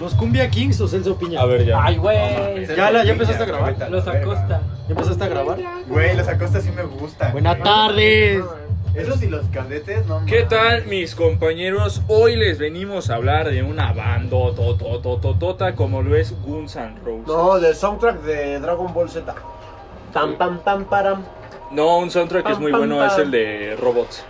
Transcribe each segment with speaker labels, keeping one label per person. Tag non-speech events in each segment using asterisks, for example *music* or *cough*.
Speaker 1: ¿Los Cumbia Kings o Celso Piña?
Speaker 2: A ver, ya.
Speaker 3: Ay, güey.
Speaker 1: Ya la- ya empezaste a grabar.
Speaker 3: Los Acosta.
Speaker 1: ¿Ya empezaste a grabar?
Speaker 4: Güey, los Acosta sí me gustan.
Speaker 1: Buenas tardes.
Speaker 4: Esos y los cadetes, no
Speaker 2: ¿Qué
Speaker 4: mames.
Speaker 2: tal mis compañeros? Hoy les venimos a hablar de una banda tototototota tota como lo es Guns N' Roses.
Speaker 5: No, del soundtrack de Dragon Ball Z. Tam, pam, tam, param.
Speaker 2: No, un soundtrack que es muy
Speaker 5: Pam, pam,
Speaker 2: bueno es
Speaker 5: pam.
Speaker 2: el de Robots.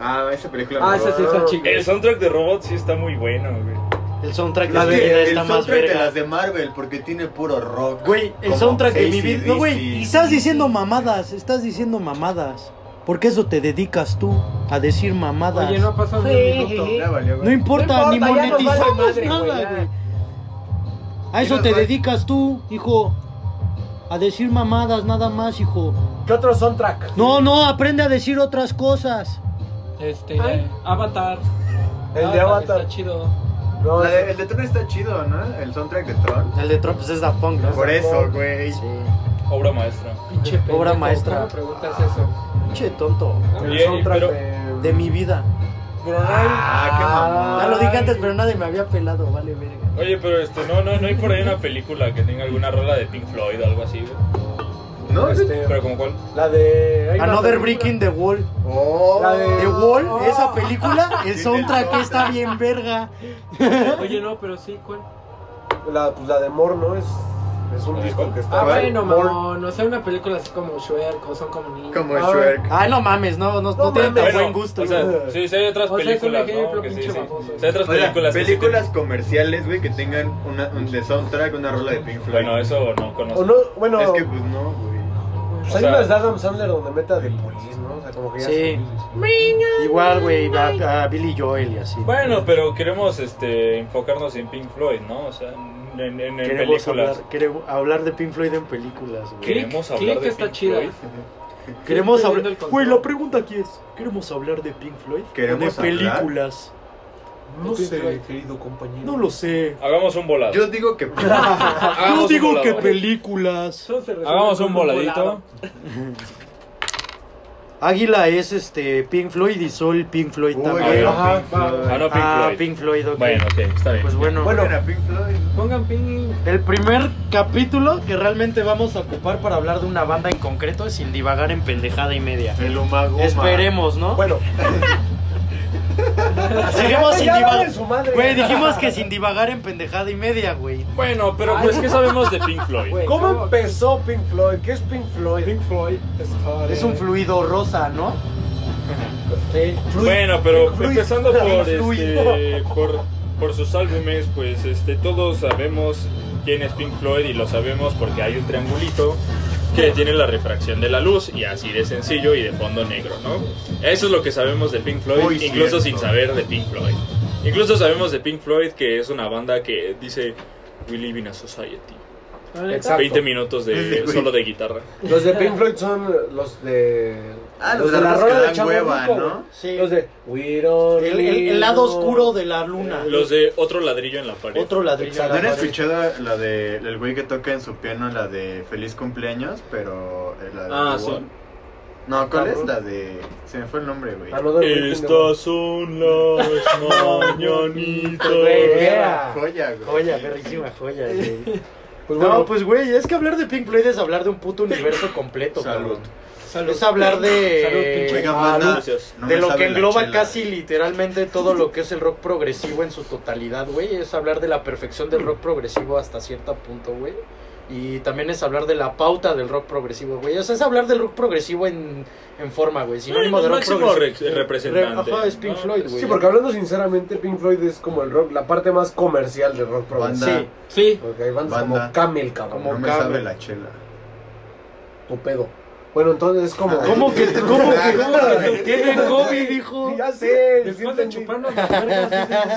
Speaker 4: Ah, esa película
Speaker 3: Ah, ese sí está chido.
Speaker 2: El soundtrack de Robots sí está muy bueno, güey.
Speaker 1: El soundtrack
Speaker 4: La
Speaker 1: de mi vida
Speaker 4: de, el
Speaker 1: está más
Speaker 4: soundtrack de
Speaker 1: verga.
Speaker 4: las de Marvel, porque tiene puro rock.
Speaker 1: Güey, el
Speaker 4: Como
Speaker 1: soundtrack de mi
Speaker 4: AC/DC.
Speaker 1: vida. No, güey, estás diciendo mamadas, estás diciendo mamadas. Porque eso te dedicas tú a decir mamadas.
Speaker 3: Oye, no ha pasado ni un minuto.
Speaker 4: Ya valió,
Speaker 1: No
Speaker 4: güey.
Speaker 1: importa,
Speaker 3: No importa,
Speaker 1: ni
Speaker 3: ya nos vale
Speaker 1: monetizamos
Speaker 3: madre, güey,
Speaker 1: nada,
Speaker 3: ya.
Speaker 1: güey. A
Speaker 4: Y
Speaker 1: eso
Speaker 4: nos
Speaker 1: te
Speaker 4: vale.
Speaker 1: dedicas tú, hijo. A decir mamadas nada más, hijo.
Speaker 5: ¿Qué otro soundtrack?
Speaker 1: No, no, aprende a decir otras cosas.
Speaker 3: Este, Avatar. Ah,
Speaker 5: El de
Speaker 3: Está
Speaker 5: Avatar.
Speaker 3: chido.
Speaker 5: No,
Speaker 4: La de-
Speaker 5: ese-
Speaker 4: el de Tron está chido, ¿no? El soundtrack de Tron.
Speaker 1: El de Trump pues, es da Punk,
Speaker 4: Por eso, güey.
Speaker 2: Obra maestra.
Speaker 3: Pinche
Speaker 1: Obra
Speaker 3: pendejo,
Speaker 1: maestra.
Speaker 3: ¿Cómo preguntas eso?
Speaker 1: Pinche tonto.
Speaker 5: el
Speaker 2: Oye,
Speaker 5: soundtrack
Speaker 2: pero-
Speaker 5: de...
Speaker 1: De mi vida.
Speaker 4: Ah, qué mamón.
Speaker 1: Ya lo dije antes, pero nadie me había pelado, vale verga.
Speaker 2: Oye, pero este, no, no, no hay por ahí una película que tenga alguna rola de Pink Floyd o algo así, güey.
Speaker 4: ¿No?
Speaker 5: Este,
Speaker 2: Pero como cuál.
Speaker 5: La de... hay una
Speaker 1: Another
Speaker 5: película-
Speaker 1: Breaking the Wall.
Speaker 4: Oh.
Speaker 5: La de-
Speaker 1: The Wall, esa película, el
Speaker 4: Sí,
Speaker 1: soundtrack
Speaker 4: del
Speaker 1: está bien verga.
Speaker 3: Oye, no, pero sí, ¿cuál?
Speaker 5: La, pues la de Mor, ¿no? Es, es
Speaker 2: ¿La
Speaker 5: un
Speaker 2: de
Speaker 5: disco
Speaker 2: cuál?
Speaker 5: que está...
Speaker 3: Ah, bueno,
Speaker 5: Mor.
Speaker 3: mamón. No sé, una película así como Shrek o son como niños.
Speaker 4: Como
Speaker 5: Ah,
Speaker 4: Shrek.
Speaker 1: Ay, no mames, no, no, no,
Speaker 5: No
Speaker 1: tiene tan
Speaker 5: mames.
Speaker 1: buen gusto.
Speaker 2: O sea,
Speaker 5: güey.
Speaker 2: sí, sí hay otras
Speaker 3: O sea, es un
Speaker 2: películas,
Speaker 3: ejemplo,
Speaker 2: ¿no? Que sí,
Speaker 3: pinche
Speaker 2: sí.
Speaker 3: baboso.
Speaker 2: Sí hay otras
Speaker 4: Oiga,
Speaker 2: películas. que sí
Speaker 4: películas comerciales, güey, que tengan una, un de soundtrack, una rola de Pink
Speaker 2: tienen-
Speaker 4: Floyd.
Speaker 2: Bueno, eso no
Speaker 5: O
Speaker 2: conozco.
Speaker 5: no, bueno...
Speaker 4: Es que pues no, güey.
Speaker 5: pues
Speaker 2: o
Speaker 5: hay
Speaker 2: sea-
Speaker 5: unas de Adam Sandler donde meta de polis, ¿no? O sea, como que ya...
Speaker 1: Sí. Igual, güey, a, a Billy Joel y así.
Speaker 2: Bueno, pero queremos este, enfocarnos en Pink Floyd, ¿no? O sea, en, en- en
Speaker 1: queremos
Speaker 2: películas.
Speaker 1: hablar, queremos hablar de Pink Floyd en películas, güey.
Speaker 3: Click,
Speaker 2: Queremos hablar
Speaker 3: click
Speaker 2: de
Speaker 3: está
Speaker 2: Pink
Speaker 3: chida.
Speaker 2: Floyd.
Speaker 1: Queremos
Speaker 3: Estoy viendo
Speaker 1: hablar.
Speaker 3: el
Speaker 1: Güey,
Speaker 3: control.
Speaker 1: la pregunta aquí es: ¿queremos hablar de Pink Floyd? o
Speaker 4: ¿Queremos
Speaker 1: de
Speaker 4: hablar?
Speaker 1: películas?
Speaker 5: No sé,
Speaker 3: querido compañero.
Speaker 1: No lo sé.
Speaker 2: Hagamos un volado.
Speaker 4: Yo digo que
Speaker 2: Hagamos
Speaker 1: Yo
Speaker 2: un
Speaker 1: digo
Speaker 2: volado.
Speaker 1: que películas.
Speaker 2: Hagamos un voladito.
Speaker 1: Águila es este Pink Floyd y Sol Pink Floyd
Speaker 4: Uy,
Speaker 5: ah,
Speaker 1: también.
Speaker 4: no,
Speaker 3: Ajá,
Speaker 4: Pink
Speaker 3: va.
Speaker 4: Floyd.
Speaker 2: Ah, no, Pink
Speaker 1: ah,
Speaker 2: Floyd.
Speaker 1: Pink Floyd, ok.
Speaker 2: Bueno, ok, está bien.
Speaker 1: pues bueno.
Speaker 4: Bueno, era Pink Floyd.
Speaker 3: Pongan ping.
Speaker 1: El primer capítulo que realmente vamos a ocupar para hablar de una banda en concreto sin divagar en pendejada y media.
Speaker 4: El Umaguma.
Speaker 1: Esperemos, ¿no?
Speaker 5: Bueno,
Speaker 1: Seguimos sin
Speaker 5: ya vale
Speaker 1: divagar.
Speaker 5: su madre.
Speaker 1: Güey, dijimos que sin divagar en pendejada y media, güey.
Speaker 2: Bueno, pero pues, ¿qué sabemos de Pink Floyd?
Speaker 3: Güey.
Speaker 5: ¿Cómo empezó Pink Floyd? ¿Qué es Pink Floyd?
Speaker 3: Pink Floyd started.
Speaker 1: Es un fluido rosa, ¿no?
Speaker 5: Sí.
Speaker 2: Bueno,
Speaker 4: *laughs*
Speaker 2: pero
Speaker 5: Pink Floyd. *laughs*
Speaker 2: empezando
Speaker 5: Pink
Speaker 2: por,
Speaker 5: Floyd.
Speaker 2: este, por, por sus álbumes, pues este, todos sabemos quién es Pink Floyd y lo sabemos porque hay un triangulito que tiene la refracción de la luz y así de sencillo y de fondo negro, ¿no? Eso es lo que sabemos de Pink Floyd,
Speaker 4: Muy cierto.
Speaker 2: incluso sin saber de Pink Floyd. Incluso sabemos de Pink Floyd que es una banda que dice We Live in a Society.
Speaker 5: Exacto.
Speaker 2: 20 minutos
Speaker 4: *laughs* Sí,
Speaker 2: de
Speaker 4: güey.
Speaker 2: solo de guitarra.
Speaker 5: Los de Pink Floyd son los de.
Speaker 4: Ah, los de los que dan
Speaker 5: Chavo
Speaker 4: hueva,
Speaker 5: Ruco,
Speaker 4: ¿no?
Speaker 5: güey.
Speaker 1: Sí.
Speaker 5: Los de. We don't
Speaker 1: El, el- el lado oscuro de la luna.
Speaker 2: Los de otro ladrillo en la pared.
Speaker 1: Otro ladrillo.
Speaker 4: ¿No
Speaker 1: a la
Speaker 4: han
Speaker 1: pared.
Speaker 4: escuchado la de el güey que toca en su piano la de Feliz cumpleaños, pero eh, la de
Speaker 2: Ah,
Speaker 4: The
Speaker 2: sí.
Speaker 4: Wall? No, ¿cuál es
Speaker 5: Cabrón.
Speaker 4: la de se me fue el nombre, güey?
Speaker 5: Another Virgin
Speaker 2: Estas son
Speaker 4: *laughs*
Speaker 2: las
Speaker 1: Güey,
Speaker 2: mañanitas.
Speaker 1: verga.
Speaker 4: Joya, güey.
Speaker 1: Joya, verrísima joya, güey.
Speaker 5: Pues bueno,
Speaker 1: No, pues güey, es que hablar de Pink Floyd es hablar de un puto universo completo,
Speaker 4: Salud.
Speaker 1: cabrón. Es hablar de.
Speaker 3: Salud, pinche
Speaker 4: Oiga,
Speaker 1: Ah,
Speaker 4: banda,
Speaker 1: no,
Speaker 2: gracias.
Speaker 4: no
Speaker 1: de
Speaker 4: me
Speaker 1: lo
Speaker 4: sabe
Speaker 1: que
Speaker 4: la
Speaker 1: engloba
Speaker 4: chela.
Speaker 1: casi literalmente todo lo que es el rock progresivo en su totalidad, güey. Es hablar de la perfección del rock progresivo hasta cierto punto, güey. Y también es hablar de la pauta del rock progresivo, güey. O sea, es hablar del rock progresivo en, en forma, güey. Sinónimo de rock
Speaker 2: máximo
Speaker 1: progresivo.
Speaker 2: re- representante. Ah,
Speaker 1: Ajá, es Pink
Speaker 2: No,
Speaker 1: Floyd, güey.
Speaker 5: Sí, porque hablando sinceramente, Pink Floyd es como el rock, la parte más comercial del rock
Speaker 4: Banda.
Speaker 5: progresivo.
Speaker 1: Sí.
Speaker 5: *laughs*
Speaker 3: Sí.
Speaker 5: Porque hay bandas
Speaker 4: Banda.
Speaker 5: como Camel, cabrón.
Speaker 1: Como
Speaker 4: No me
Speaker 1: cabrón.
Speaker 4: sabe la chela.
Speaker 5: Tu pedo. Bueno, entonces es como.
Speaker 1: ¿Cómo que, cómo
Speaker 5: *laughs*
Speaker 1: que, cómo que tiene COVID, hijo?
Speaker 5: Ya sé. sí
Speaker 3: Después de
Speaker 5: entendí.
Speaker 3: chuparnos las vergas, ¿sí se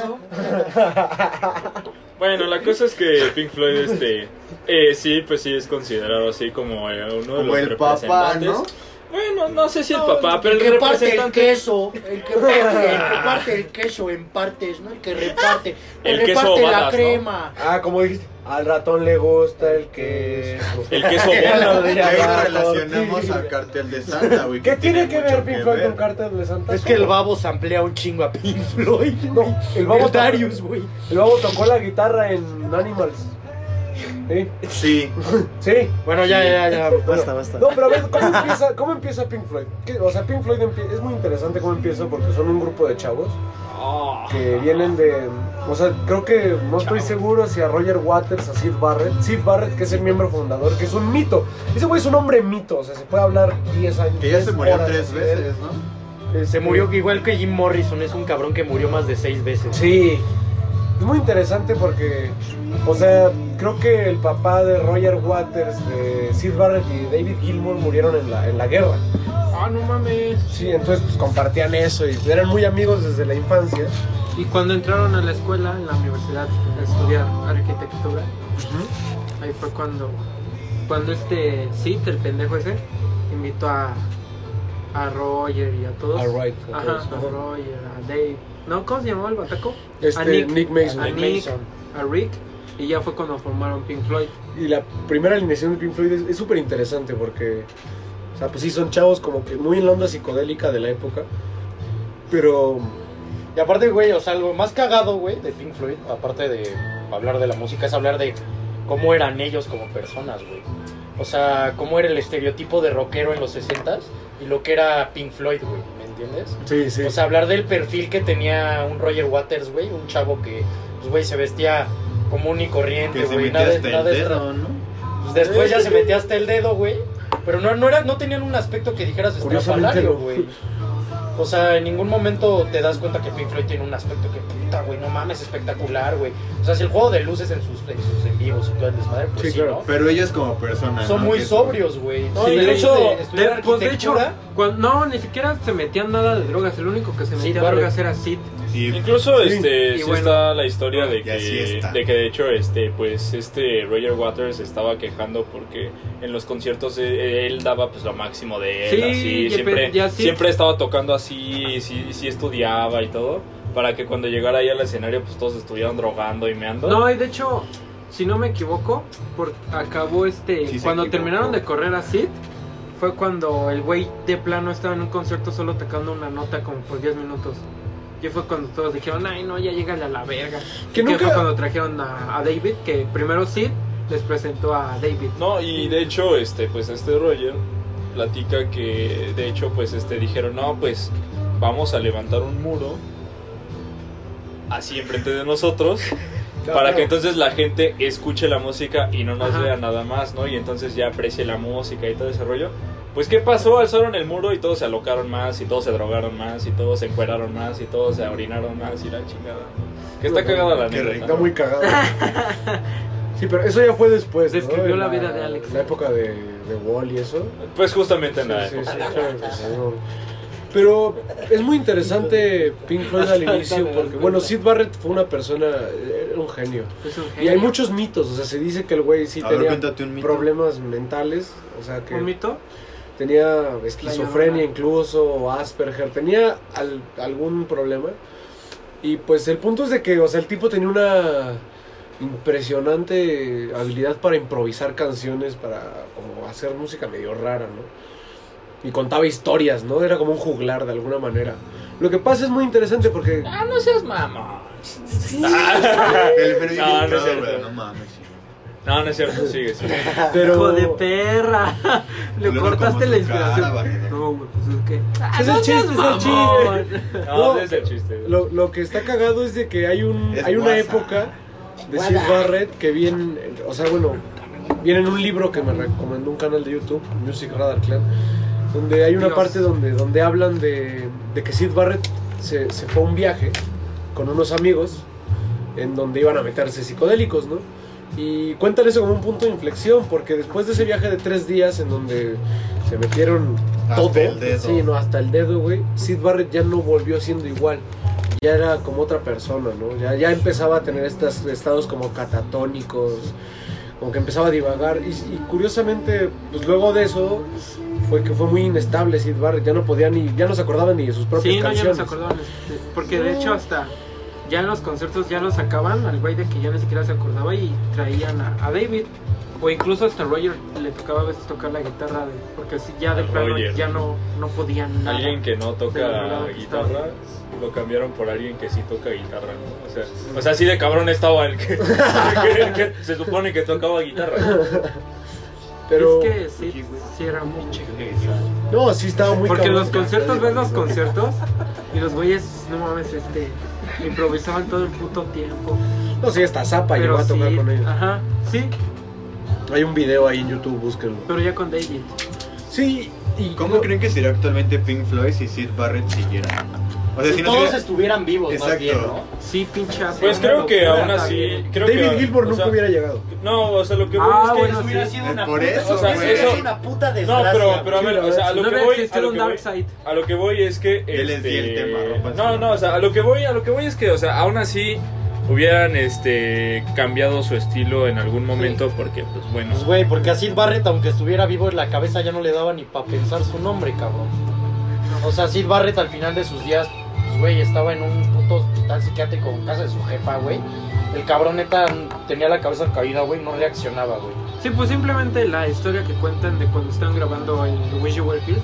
Speaker 3: hizo?
Speaker 2: Bueno, la cosa es que Pink Floyd, este, eh, sí, pues sí es considerado así como eh, uno de
Speaker 4: Como
Speaker 2: los
Speaker 4: el papá,
Speaker 2: representantes.
Speaker 4: ¿no?
Speaker 2: Bueno, no sé si el papá, pero el,
Speaker 1: que parte el
Speaker 2: representante.
Speaker 1: queso, el que parte el, que *laughs* parte el queso en partes, ¿no? El que reparte, el,
Speaker 2: El
Speaker 1: que
Speaker 2: queso
Speaker 1: reparte
Speaker 2: balas,
Speaker 1: la
Speaker 2: ¿no?
Speaker 1: crema.
Speaker 5: Ah, como dijiste, al ratón le gusta el que...
Speaker 2: El
Speaker 5: *laughs*
Speaker 2: queso
Speaker 5: Lo
Speaker 2: bola.
Speaker 5: de
Speaker 4: Y ahí lo
Speaker 5: abajo,
Speaker 4: relacionamos
Speaker 5: sí.
Speaker 4: al cartel de Santa, güey.
Speaker 5: ¿Qué tiene que
Speaker 4: mucho
Speaker 5: ver Pink Floyd con Cartel de Santa?
Speaker 1: Es que el babo samplea un chingo a Pink Floyd,
Speaker 5: No,
Speaker 1: güey.
Speaker 5: el babo
Speaker 1: El Darius, güey.
Speaker 5: El babo tocó la guitarra en Animals. Sí,
Speaker 4: Sí,
Speaker 5: sí.
Speaker 1: Bueno, ya, ya, ya.
Speaker 6: Basta, basta.
Speaker 5: No, pero a ver, ¿cómo empieza, cómo empieza Pink Floyd? ¿Qué- o sea, Pink Floyd empie- es muy interesante cómo empieza porque son un grupo de chavos que vienen de... O sea, creo que no estoy seguro si a Roger Waters, a Sid Barrett. Sid Barrett, que es el miembro fundador, que es un mito. Ese güey es un hombre mito, o sea, se puede hablar 10 años.
Speaker 4: que ya se
Speaker 5: 10
Speaker 4: murió
Speaker 5: horas
Speaker 4: tres
Speaker 5: así de él.
Speaker 4: veces, ¿no?
Speaker 1: eh, Se murió igual que Jim Morrison, es un cabrón que murió más de seis veces.
Speaker 5: Sí. Es muy interesante porque, o sea, creo que el papá de Roger Waters, de Sid Barrett y David Gilmour murieron en la, en la guerra.
Speaker 1: Ah, no mames.
Speaker 5: Sí, entonces pues compartían eso y eran muy amigos desde la infancia.
Speaker 3: Y cuando entraron a la escuela, en la universidad, a estudiar arquitectura, ahí fue cuando, cuando este Sid, el pendejo ese, invitó a, a Roger y a todos.
Speaker 5: A Wright, a
Speaker 3: Ajá,
Speaker 5: todos,
Speaker 3: a
Speaker 5: ajá.
Speaker 3: Roger, a Dave. ¿No? ¿Cómo se llamaba el bataco?
Speaker 5: Este,
Speaker 3: a Nick,
Speaker 5: Nick Mason.
Speaker 3: A
Speaker 2: Nick
Speaker 3: Nick,
Speaker 2: Mason.
Speaker 3: a Rick. Y ya fue cuando formaron Pink Floyd.
Speaker 5: Y la primera alineación de Pink Floyd es- es súper interesante porque, o sea, pues sí son chavos como que muy en la onda psicodélica de la época, pero
Speaker 1: Y aparte, güey, o sea, algo más cagado, güey, de Pink Floyd, aparte de hablar de la música, es hablar de cómo eran ellos como personas, güey. O sea, cómo era el estereotipo de rockero en los 60s y lo que era Pink Floyd, güey, ¿me entiendes?
Speaker 5: sí, sí.
Speaker 1: O sea, hablar del perfil que tenía un Roger Waters, güey, un chavo que, pues, güey, se vestía común y corriente,
Speaker 4: Que se
Speaker 1: güey.
Speaker 4: metió
Speaker 1: Nada,
Speaker 4: hasta el
Speaker 1: nada extra.
Speaker 4: dedo, ¿no?
Speaker 1: Pues después ya se metía hasta el dedo, güey. Pero no, no, era, no tenían un aspecto que dijeras
Speaker 5: Curiosamente
Speaker 1: estrafalario,
Speaker 5: no.
Speaker 1: güey. O sea, en ningún momento te das cuenta que Pink Floyd tiene un aspecto que puta, güey, no mames, espectacular, güey. O sea, si el juego de luces en sus, en sus en vivos y todo el desmadre, pues sí,
Speaker 5: Sí, claro.
Speaker 1: ¿no?
Speaker 4: Pero ellos como personas.
Speaker 1: Son
Speaker 4: ¿no?
Speaker 1: muy
Speaker 4: Que-
Speaker 1: sobrios, güey.
Speaker 3: No,
Speaker 1: Sí,
Speaker 3: y
Speaker 1: el
Speaker 3: de
Speaker 1: hecho de,
Speaker 3: hecho,
Speaker 1: estudiar
Speaker 3: de- pues de hecho,
Speaker 1: arquitectura,
Speaker 3: cuan- no, ni siquiera se metían nada de drogas. El único que se
Speaker 1: Sí,
Speaker 3: metía
Speaker 1: vale.
Speaker 3: drogas era Sid.
Speaker 4: Y
Speaker 2: Incluso
Speaker 5: Sí.
Speaker 2: este
Speaker 3: Y
Speaker 2: sí
Speaker 3: bueno.
Speaker 2: está la historia de
Speaker 4: Y
Speaker 2: que,
Speaker 4: así está.
Speaker 2: de que de hecho este pues este Roger Waters estaba quejando porque en los conciertos eh, él daba pues lo máximo de él
Speaker 3: Sí,
Speaker 2: así,
Speaker 3: y
Speaker 2: siempre
Speaker 3: pe- y así-
Speaker 2: siempre estaba tocando así y sí, y sí estudiaba y todo para que cuando llegara ahí al escenario pues todos estuvieran drogando y meando.
Speaker 3: No, y de hecho, si no me equivoco, por, acabó este.
Speaker 4: Sí, se
Speaker 3: cuando
Speaker 4: equivocó.
Speaker 3: terminaron de correr a Sid, fue cuando el güey de plano estaba en un concierto solo tocando una nota como por 10 minutos. Y fue cuando todos dijeron, ay, no, ya llegale a la verga.
Speaker 5: *laughs* Que
Speaker 3: Que
Speaker 5: nunca-
Speaker 3: fue cuando trajeron a, a David, que primero Sid les presentó a David.
Speaker 2: No, y de hecho, este, pues este Roger platica que de hecho, pues este dijeron, no, pues vamos a levantar un muro así enfrente de nosotros para que entonces la gente escuche la música y no nos
Speaker 3: Ajá.
Speaker 2: vea nada más, ¿no? Y entonces ya aprecie la música y todo ese rollo. Pues qué pasó, alzaron el muro y todos se alocaron más y todos se drogaron más y todos se encueraron más y todos se orinaron más y la chingada. Que está cagada la
Speaker 4: Qué
Speaker 2: anécdota.
Speaker 5: Está muy
Speaker 3: *laughs*
Speaker 5: cagado. Sí, pero eso ya fue después. ¿no?
Speaker 3: Describió
Speaker 5: En
Speaker 3: la vida de Alex.
Speaker 5: La época de, de Wall y eso.
Speaker 2: Pues justamente en
Speaker 5: Sí,
Speaker 2: la
Speaker 5: sí,
Speaker 2: época.
Speaker 5: sí, claro, pues, no. Pero es muy interesante Pink Floyd al inicio porque, bueno, Sid Barrett fue una persona, era un genio.
Speaker 3: Es un genio.
Speaker 5: Y hay muchos mitos, o sea, se dice que el güey sí
Speaker 4: A ver,
Speaker 5: tenía
Speaker 4: cuéntate un mito.
Speaker 5: problemas mentales, o sea,
Speaker 3: ¿Un
Speaker 5: que
Speaker 3: mito?
Speaker 5: tenía esquizofrenia
Speaker 3: La Llorona.
Speaker 5: incluso, o Asperger, tenía al- algún problema. Y pues el punto es de que, o sea, el tipo tenía una impresionante habilidad para improvisar canciones, para como hacer música medio rara, ¿no? Y contaba historias, ¿no? Era como un juglar de alguna manera. Lo que pasa es muy interesante porque...
Speaker 2: Ah, no seas mamá.
Speaker 4: *laughs* El Fergie
Speaker 2: No, no es
Speaker 4: entró,
Speaker 2: cierto.
Speaker 4: güey, no mames. sí.
Speaker 2: No, no es cierto, sigue, sigue.
Speaker 5: Pero...
Speaker 3: Hijo de perra. *laughs* Le
Speaker 4: Luego como
Speaker 3: cortaste
Speaker 4: tu
Speaker 3: la inspiración.
Speaker 4: cara, vale.
Speaker 3: no, güey, pues es que.
Speaker 5: Es el chiste, es el chiste.
Speaker 2: No,
Speaker 5: No,
Speaker 2: es el chiste.
Speaker 5: Lo, lo que está cagado es de que hay un
Speaker 4: Es
Speaker 5: hay una
Speaker 4: guasa.
Speaker 5: época de Sid Barrett que viene, o sea, bueno, viene en un libro que me recomendó un canal de YouTube, Music Radar Clan, donde hay una
Speaker 3: Dios.
Speaker 5: parte donde, donde hablan de, de que Sid Barrett se, se fue a un viaje con unos amigos en donde iban a meterse psicodélicos, ¿no? Y cuentan eso como un punto de inflexión, porque después de ese viaje de tres días en donde se metieron
Speaker 4: Hasta
Speaker 5: todo,
Speaker 4: el dedo.
Speaker 5: sí, no, hasta el dedo, güey, Sid Barrett ya no volvió siendo igual. Ya era como otra persona, ¿no? Ya, ya empezaba a tener estos estados como catatónicos, como que empezaba a divagar. Y, y curiosamente, pues luego de eso, fue que fue muy inestable Sid Barrett, ya no podía ni, ya no se acordaba ni de sus propias
Speaker 3: Sí, no, ya
Speaker 5: canciones.
Speaker 3: nos acordaban. este, Porque de hecho, hasta ya en los conciertos ya lo sacaban al güey de que ya ni siquiera se acordaba y traían a, a David. O incluso hasta Roger le tocaba a veces tocar la guitarra, de- porque sí, ya de
Speaker 2: A
Speaker 3: plano
Speaker 2: Roger.
Speaker 3: ya no, no podían nada.
Speaker 2: Alguien que no
Speaker 3: De la
Speaker 2: toca
Speaker 3: verdad que está.
Speaker 2: guitarra lo cambiaron por alguien que sí toca guitarra, ¿no? O sea, o sea, así de cabrón estaba el que, *laughs* el que se supone que tocaba guitarra.
Speaker 5: Pero
Speaker 3: Es que sí, sí era muy chido.
Speaker 5: no, sí estaba muy
Speaker 3: Porque en
Speaker 5: cabrón.
Speaker 3: los conciertos, ves los conciertos y los güeyes, no mames, este, improvisaban todo el puto tiempo.
Speaker 5: No, sí, hasta Zappa
Speaker 3: pero
Speaker 5: llegó a tocar
Speaker 3: sí,
Speaker 5: con ellos.
Speaker 3: Ajá, sí,
Speaker 5: Hay un video ahí en YouTube, búsquenlo.
Speaker 3: pero ya con David.
Speaker 5: Sí, y
Speaker 4: ¿Cómo creen que sería actualmente Pink Floyd si Sid Barrett siguiera? O sea, si
Speaker 7: si
Speaker 4: no
Speaker 7: todos
Speaker 4: tuviera-
Speaker 7: estuvieran vivos,
Speaker 4: Exacto.
Speaker 7: más bien, ¿no?
Speaker 3: Sí, pinche asco,
Speaker 2: Pues
Speaker 3: una
Speaker 2: creo que
Speaker 3: locura
Speaker 2: aún así.
Speaker 3: también.
Speaker 2: Creo
Speaker 5: David
Speaker 2: que,
Speaker 5: Gilmour
Speaker 2: o
Speaker 5: nunca
Speaker 2: sea,
Speaker 5: hubiera llegado.
Speaker 2: No, o sea, lo que voy
Speaker 3: Ah,
Speaker 2: es que.
Speaker 3: bueno,
Speaker 1: Hubiera
Speaker 3: sí.
Speaker 1: sido una
Speaker 4: Por
Speaker 1: puta,
Speaker 4: eso,
Speaker 1: o sea,
Speaker 2: güey.
Speaker 1: hubiera sido
Speaker 2: Eso-
Speaker 1: una puta
Speaker 2: No,
Speaker 1: desgracia.
Speaker 2: pero, pero a ver, o sea, a lo
Speaker 3: No
Speaker 2: que
Speaker 3: debe
Speaker 2: voy.
Speaker 3: existir
Speaker 2: A lo
Speaker 3: un
Speaker 2: que voy
Speaker 3: Darkseid.
Speaker 2: a lo que voy es que este,
Speaker 4: Yo les di el tema, rompan su
Speaker 2: no
Speaker 4: madre.
Speaker 2: no o sea a lo que voy a lo que voy es que o sea aún así hubieran este cambiado su estilo en algún momento porque pues bueno
Speaker 7: Pues, güey, porque a Sid Barrett, aunque estuviera vivo en la cabeza, ya no le daba ni para pensar su nombre, cabrón. O sea, Sid Barrett al final de sus días, pues, güey, estaba en un puto hospital psiquiátrico en casa de su jefa, güey. El cabrón neta mm, tenía la cabeza caída, güey, no reaccionaba, güey.
Speaker 3: Sí, pues simplemente la historia que cuentan de cuando estaban grabando el Wish You Were Here,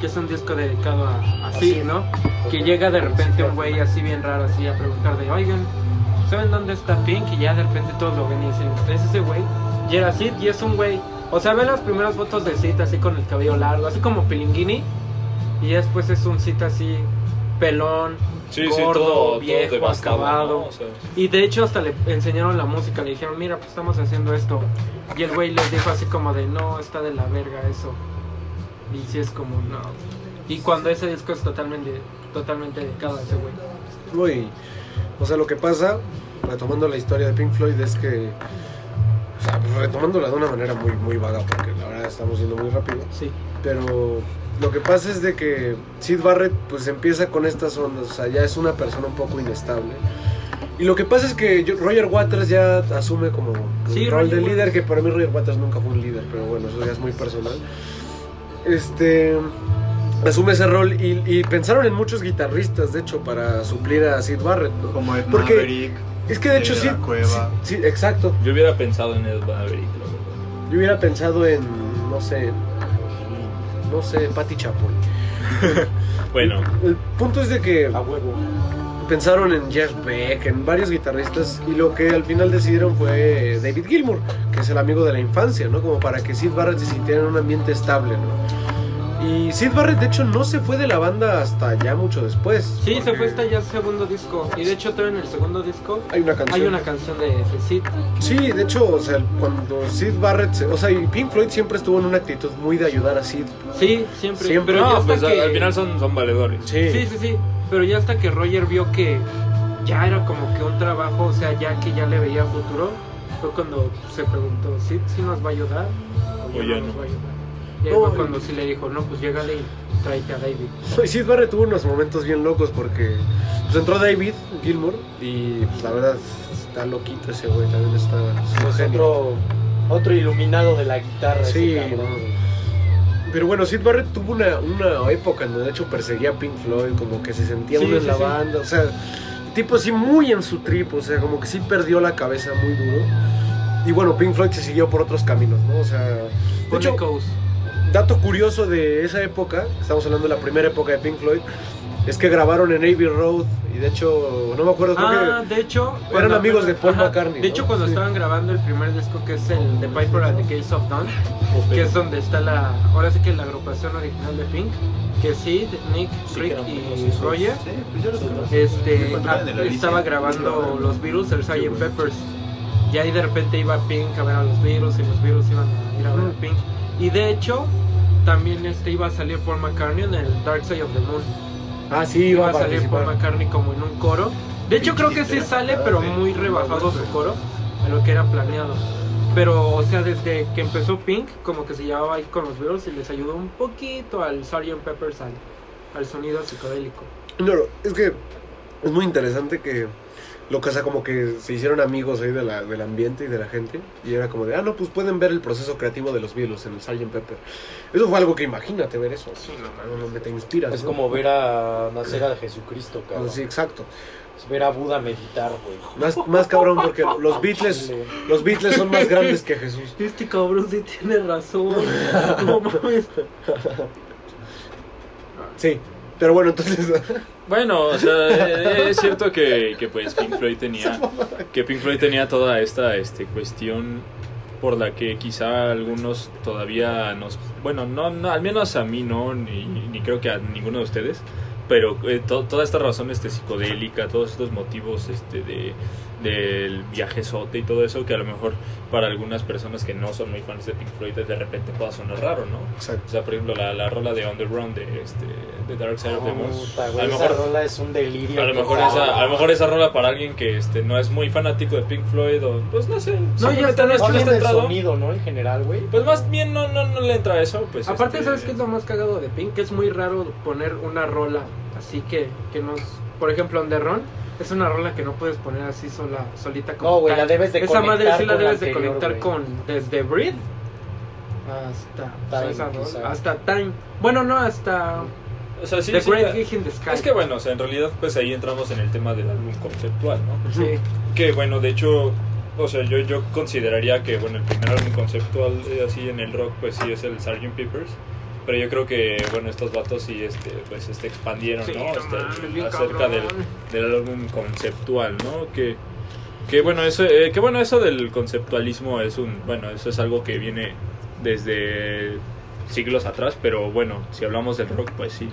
Speaker 3: que es un disco dedicado a, a
Speaker 7: Así.
Speaker 3: Sid, ¿no? Que llega de repente un güey así bien raro, así a preguntar de, oigan, ¿saben dónde está Pink? Y ya de repente todos lo ven y dicen, es ese güey. Y era Sid y es un güey. O sea, ve las primeras fotos de Sid así con el cabello largo, así como Pilinguini. Y después es un Sid así, pelón.
Speaker 2: sí sí
Speaker 3: gordo,
Speaker 2: todo
Speaker 3: viejo,
Speaker 2: todo devastado,
Speaker 3: acabado.
Speaker 2: ¿no? O sea,
Speaker 3: Y de hecho hasta le enseñaron la música, le dijeron, mira, pues estamos haciendo esto. Y el güey les dijo así como de, no, está de la verga eso. Y sí es como, no. Y cuando ese disco es totalmente, totalmente dedicado a ese güey.
Speaker 5: Uy, o sea, lo que pasa, retomando la historia de Pink Floyd, es que, o sea, retomándola de una manera muy, muy vaga, porque la verdad estamos yendo muy rápido,
Speaker 3: Sí.
Speaker 5: pero lo que pasa es de que Sid Barrett pues empieza con estas ondas, o sea, ya es una persona un poco inestable. Y lo que pasa es que yo- Roger Waters ya asume como
Speaker 3: Sí,
Speaker 5: el rol
Speaker 3: Roger
Speaker 5: de
Speaker 3: Waters.
Speaker 5: líder, que para mí Roger Waters nunca fue un líder, pero bueno, eso ya es muy personal. Este asume ese rol y, y pensaron en muchos guitarristas, de hecho, para suplir a Sid Barrett. ¿no?
Speaker 4: como Ed
Speaker 5: Porque-
Speaker 4: Maverick,
Speaker 5: Es que de
Speaker 4: Sí,
Speaker 5: hecho
Speaker 4: de
Speaker 5: sí,
Speaker 4: la cueva.
Speaker 5: sí, sí, exacto.
Speaker 2: yo hubiera pensado en Ed Maverick la verdad.
Speaker 5: Yo hubiera pensado en, no sé, no sé, Patty Chapoy.
Speaker 2: bueno
Speaker 5: El punto es de que
Speaker 4: Ah,
Speaker 7: A huevo.
Speaker 5: pensaron en Jeff Beck, en varios guitarristas, y lo que al final decidieron fue David Gilmour, que es el amigo de la infancia, ¿no? Como para que Sid Barrett se sintiera en un ambiente estable, ¿no? Y Sid Barrett, de hecho, no se fue de la banda hasta ya mucho después.
Speaker 3: Sí, se
Speaker 5: porque
Speaker 3: fue hasta ya el segundo disco. Y de hecho todavía en el segundo disco
Speaker 5: Hay una canción.
Speaker 3: hay una canción de, de Sid.
Speaker 5: Sí, de hecho, o sea, cuando Sid Barrett, se- o sea, y Pink Floyd siempre estuvo en una actitud muy de ayudar a Sid.
Speaker 3: Sí, siempre.
Speaker 5: Siempre.
Speaker 3: Pero ya
Speaker 2: no
Speaker 3: hasta
Speaker 2: pues
Speaker 3: que...
Speaker 2: al final son son valedores
Speaker 3: Sí, sí, sí. Pero ya hasta que Roger vio que ya era como que un trabajo, o sea, ya que ya le veía futuro, fue cuando se preguntó, ¿sí, sí nos va a ayudar? ¿O ya
Speaker 2: O ya
Speaker 3: no nos
Speaker 2: no.
Speaker 3: va a ayudar? Y ahí
Speaker 5: No,
Speaker 3: fue
Speaker 5: y-
Speaker 3: cuando sí le dijo, no, pues llégale y tráete a David.
Speaker 5: Y Sid Pues Barrett tuvo unos momentos bien locos porque pues, entró David Gilmour y pues, la verdad está loquito ese güey, también está es un
Speaker 7: Pues
Speaker 5: genio.
Speaker 7: otro, otro iluminado de la guitarra.
Speaker 5: Sí,
Speaker 7: ese cabrón.
Speaker 5: Pero bueno, Sid Barrett tuvo una, una época en donde de hecho perseguía a Pink Floyd, como que se sentía
Speaker 3: Sí,
Speaker 5: uno en
Speaker 3: sí,
Speaker 5: la
Speaker 3: sí.
Speaker 5: banda, o sea, tipo así muy en su trip, o sea, como que sí perdió la cabeza muy duro. Y bueno, Pink Floyd se siguió por otros caminos, ¿no? O sea, de
Speaker 3: Con
Speaker 5: hecho, pues,
Speaker 3: Echoes.
Speaker 5: dato curioso de esa época, estamos hablando de la primera época de Pink Floyd, es que grabaron en Abbey Road y de hecho, no me acuerdo, creo
Speaker 3: Ah,
Speaker 5: que...
Speaker 3: de hecho... cuando-
Speaker 5: amigos de Paul McCartney,
Speaker 3: De
Speaker 5: ¿no?
Speaker 3: hecho, cuando
Speaker 5: Sí.
Speaker 3: estaban grabando el primer disco, que es el The Piper at the Gates of Dawn, Pues, que es donde está la... Ahora sí que la agrupación original de Pink, que Sid, Nick,
Speaker 7: Sí,
Speaker 3: Rick
Speaker 7: que eran
Speaker 3: y
Speaker 7: famosos.
Speaker 3: Roger...
Speaker 4: Sí, pues yo los conozco.
Speaker 3: este
Speaker 4: Cuando
Speaker 3: ah,
Speaker 4: eran de la Ah,
Speaker 3: estaba
Speaker 4: Alicia.
Speaker 3: grabando los Beatles, el
Speaker 4: Sí,
Speaker 3: Sgt.
Speaker 4: güey.
Speaker 3: Peppers. Y ahí de repente iba Pink a ver a los Beatles y los Beatles iban a ir a ver a Pink. Y de hecho, también este iba a salir Paul McCartney en el Dark Side of the Moon.
Speaker 5: Ah, sí, iba
Speaker 3: Iba
Speaker 5: a
Speaker 3: a salir Paul
Speaker 5: participar.
Speaker 3: McCartney como en un coro. De hecho, creo que sí sale, pero muy rebajado su coro a lo que era planeado. Pero, o sea, desde que empezó Pink, como que se llevaba ahí con los Beatles y les ayudó un poquito al Sgt. Peppers, al, al sonido psicodélico.
Speaker 5: No, no, es que es muy interesante que Lo que, o sea, como que se hicieron amigos ahí de la, del ambiente y de la gente. Y era como de, ah, no, pues pueden ver el proceso creativo de los Beatles en el Sgt. Pepper. Eso fue algo que imagínate ver eso. Sí, no, no, no, que te inspiras.
Speaker 7: Es
Speaker 5: ¿no?
Speaker 7: como ver a nacer a Jesucristo, cabrón.
Speaker 5: Sí, exacto.
Speaker 7: Es ver a Buda meditar, güey.
Speaker 5: Más, más cabrón porque los Beatles,
Speaker 7: Chile.
Speaker 5: los Beatles son más grandes que Jesús.
Speaker 3: Este cabrón sí tiene
Speaker 7: *laughs*
Speaker 3: razón. No mames.
Speaker 5: Sí, pero bueno, entonces...
Speaker 2: Bueno, o sea, eh, es cierto que, que, pues Pink Floyd tenía que Pink Floyd tenía toda esta este, cuestión por la que quizá algunos todavía nos bueno, no, no al menos a mí no ni, ni creo que a ninguno de ustedes, pero eh, to- toda esta razón este psicodélica, todos estos motivos este de del viaje sote y todo eso que a lo mejor para algunas personas que no son muy fans de Pink Floyd de repente pueda sonar raro, ¿no?
Speaker 5: Exacto.
Speaker 2: O sea, por ejemplo, la, la rola de Underground de este de Dark Side of the Moon.
Speaker 7: Puta,
Speaker 2: A
Speaker 7: güey,
Speaker 2: lo
Speaker 7: esa
Speaker 2: mejor
Speaker 7: rola es un delirio.
Speaker 2: A lo, mejor
Speaker 7: total.
Speaker 2: esa, a lo mejor esa rola para alguien que este, no es muy fanático de Pink Floyd o pues no sé. No,
Speaker 3: ya está,
Speaker 2: no,
Speaker 7: Más
Speaker 2: está- no
Speaker 7: bien
Speaker 2: está
Speaker 7: del
Speaker 2: entrado.
Speaker 7: sonido, ¿no? En general, güey.
Speaker 2: Pues más bien no, no, no le entra a eso. Pues,
Speaker 3: Aparte,
Speaker 2: este,
Speaker 3: ¿sabes qué es lo más cagado de Pink? Que es muy raro poner una rola así que, que nos... Por ejemplo, On The Run es una rola que no puedes poner así sola, solita como
Speaker 7: No, güey,
Speaker 3: tal.
Speaker 7: la debes de
Speaker 3: Esa
Speaker 7: conectar
Speaker 3: madre sí la
Speaker 7: con
Speaker 3: debes de
Speaker 7: anterior,
Speaker 3: conectar
Speaker 7: güey.
Speaker 3: con desde Breathe hasta
Speaker 7: Time,
Speaker 3: esa rola,
Speaker 7: quizá.
Speaker 3: hasta Time. Bueno, no, hasta
Speaker 2: O sea, sí,
Speaker 3: The
Speaker 2: sí,
Speaker 3: Great
Speaker 2: la-
Speaker 3: Gig in the Sky.
Speaker 2: es que bueno, o sea, en realidad pues ahí entramos en el tema del álbum conceptual, ¿no?
Speaker 3: Sí.
Speaker 2: Que bueno, de hecho, o sea, yo, yo consideraría que bueno, el primer álbum conceptual eh, así en el rock pues sí es el Sgt. Peppers. Pero yo creo que, bueno, estos vatos sí este, pues, este, expandieron,
Speaker 3: Sí,
Speaker 2: ¿no?
Speaker 3: no
Speaker 2: Este,
Speaker 3: mames, bien
Speaker 2: acerca
Speaker 3: cabrón.
Speaker 2: del, del álbum conceptual, ¿no? Que, que bueno, eso, eh, que bueno, eso del conceptualismo es un, bueno, eso es algo que viene desde siglos atrás, pero bueno, si hablamos del rock, pues sí,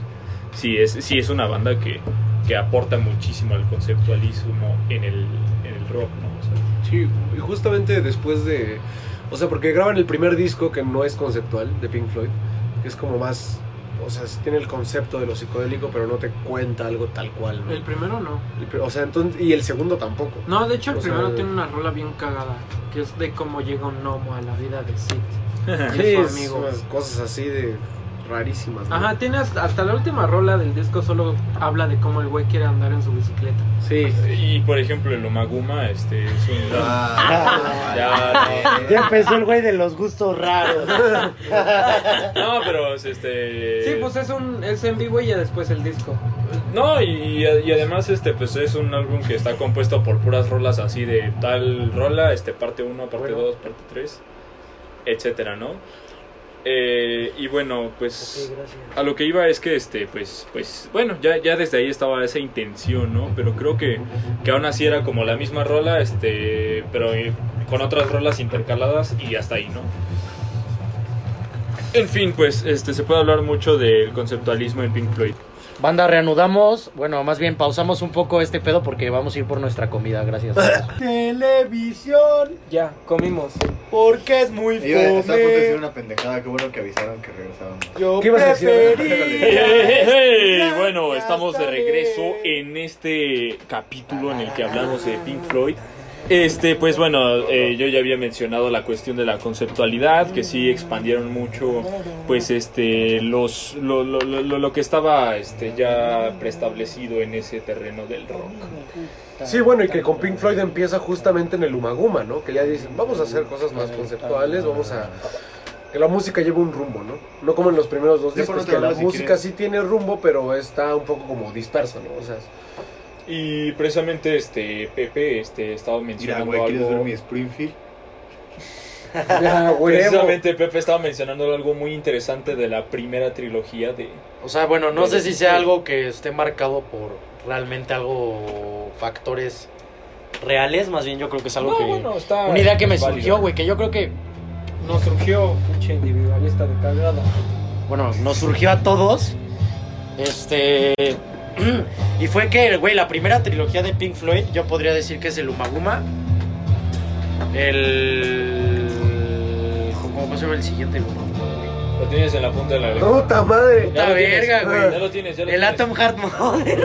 Speaker 2: sí es, sí es una banda que, que aporta muchísimo al conceptualismo en el, en el rock, ¿no? O sea,
Speaker 5: Sí, y justamente después de. O sea, porque graban el primer disco que no es conceptual de Pink Floyd, que es como más. O sea, sí tiene el concepto de lo psicodélico, pero no te cuenta algo tal cual, ¿no?
Speaker 3: El primero no.
Speaker 5: El pri- O sea, entonces. Y el segundo tampoco.
Speaker 3: No, de hecho, el
Speaker 5: O sea,
Speaker 3: primero tiene una rola bien cagada. Que es de cómo llega un gnomo a la vida de Sid. Y
Speaker 5: Sí,
Speaker 3: es
Speaker 5: es
Speaker 3: su amigo.
Speaker 5: unas cosas así de. rarísimas. ¿no?
Speaker 3: Ajá, tiene hasta, hasta la última rola del disco solo habla de cómo el güey quiere andar en su bicicleta.
Speaker 5: Sí.
Speaker 2: Y por ejemplo, el Omaguma, este, es un...
Speaker 4: Ah,
Speaker 2: Ya,
Speaker 4: eh,
Speaker 1: Ya empezó el güey de los gustos raros.
Speaker 2: no, pero este...
Speaker 3: Sí, pues es un es en vivo y ya después el disco.
Speaker 2: No, y, y además este pues es un álbum que está compuesto por puras rolas así de tal rola, este parte 1, parte 2,
Speaker 7: Bueno.
Speaker 2: parte 3, etcétera, ¿no? Eh, y bueno, pues
Speaker 1: Sí, gracias.
Speaker 2: a lo que iba es que este pues pues bueno, ya ya desde ahí estaba esa intención, ¿no? Pero creo que que aún así era como la misma rola, este, pero eh, con otras rolas intercaladas y hasta ahí, ¿no? En fin, pues este se puede hablar mucho del conceptualismo en Pink Floyd.
Speaker 1: Banda, reanudamos. Bueno, más bien pausamos un poco este pedo porque vamos a ir por nuestra comida. Gracias.
Speaker 7: Televisión,
Speaker 3: Ya, comimos.
Speaker 7: porque es muy
Speaker 4: Iba, estaba a punto de decir
Speaker 7: fome.
Speaker 4: una pendejada, qué bueno que avisaron que regresábamos.
Speaker 7: Yo
Speaker 5: ¿Qué ibas a decir?
Speaker 2: Hey, hey, hey,
Speaker 7: preferiría...
Speaker 2: hey.
Speaker 7: Ya
Speaker 2: Bueno, estamos de
Speaker 7: está
Speaker 2: regreso
Speaker 7: bien.
Speaker 2: en este capítulo en el que hablamos de Pink Floyd. Este, pues bueno, eh, yo ya había mencionado la cuestión de la conceptualidad, que sí expandieron mucho, pues este, los, lo, lo- lo- lo que estaba este, ya preestablecido en ese terreno del rock.
Speaker 5: Sí, bueno, y que con Pink Floyd empieza justamente en el Umaguma, ¿no? Que ya dicen, vamos a hacer cosas más conceptuales, vamos a... Que la música lleva un rumbo, ¿no? No como en los primeros dos
Speaker 4: Sí, por
Speaker 5: discos,
Speaker 4: otro
Speaker 5: que la
Speaker 4: lado, si
Speaker 5: música
Speaker 4: quieres-
Speaker 5: sí tiene rumbo, pero está un poco como dispersa, ¿no? O sea,
Speaker 7: *laughs*
Speaker 2: Y precisamente este, Pepe este, estaba
Speaker 4: Mira,
Speaker 2: mencionando
Speaker 4: güey, ¿quieres ver
Speaker 2: algo...
Speaker 4: mi Springfield?
Speaker 5: ya, huevo.
Speaker 2: Precisamente Pepe estaba mencionando algo muy interesante de la primera trilogía de,
Speaker 7: O sea, bueno, no sé si sea algo *laughs* que esté marcado por realmente algo factores reales, más bien yo creo que es algo
Speaker 2: No,
Speaker 7: que
Speaker 2: bueno, está
Speaker 7: una idea que me
Speaker 2: válida.
Speaker 7: surgió, güey, que yo creo que
Speaker 3: Nos surgió pinche individualista de cagada.
Speaker 7: bueno, nos surgió a todos. Este. *clears throat* Y fue que, güey, la primera trilogía de Pink Floyd, yo podría decir que es el Umaguma. El. ¿Cómo se llama el siguiente? güey?
Speaker 2: Lo tienes en la punta de la lengua.
Speaker 5: *laughs* ¡Puta madre!
Speaker 2: Ya lo
Speaker 7: Puta
Speaker 2: tienes,
Speaker 7: verga,
Speaker 2: Ya
Speaker 5: güey.
Speaker 2: lo tienes, ya lo
Speaker 7: El
Speaker 2: tienes.
Speaker 7: Atom Heart Mode.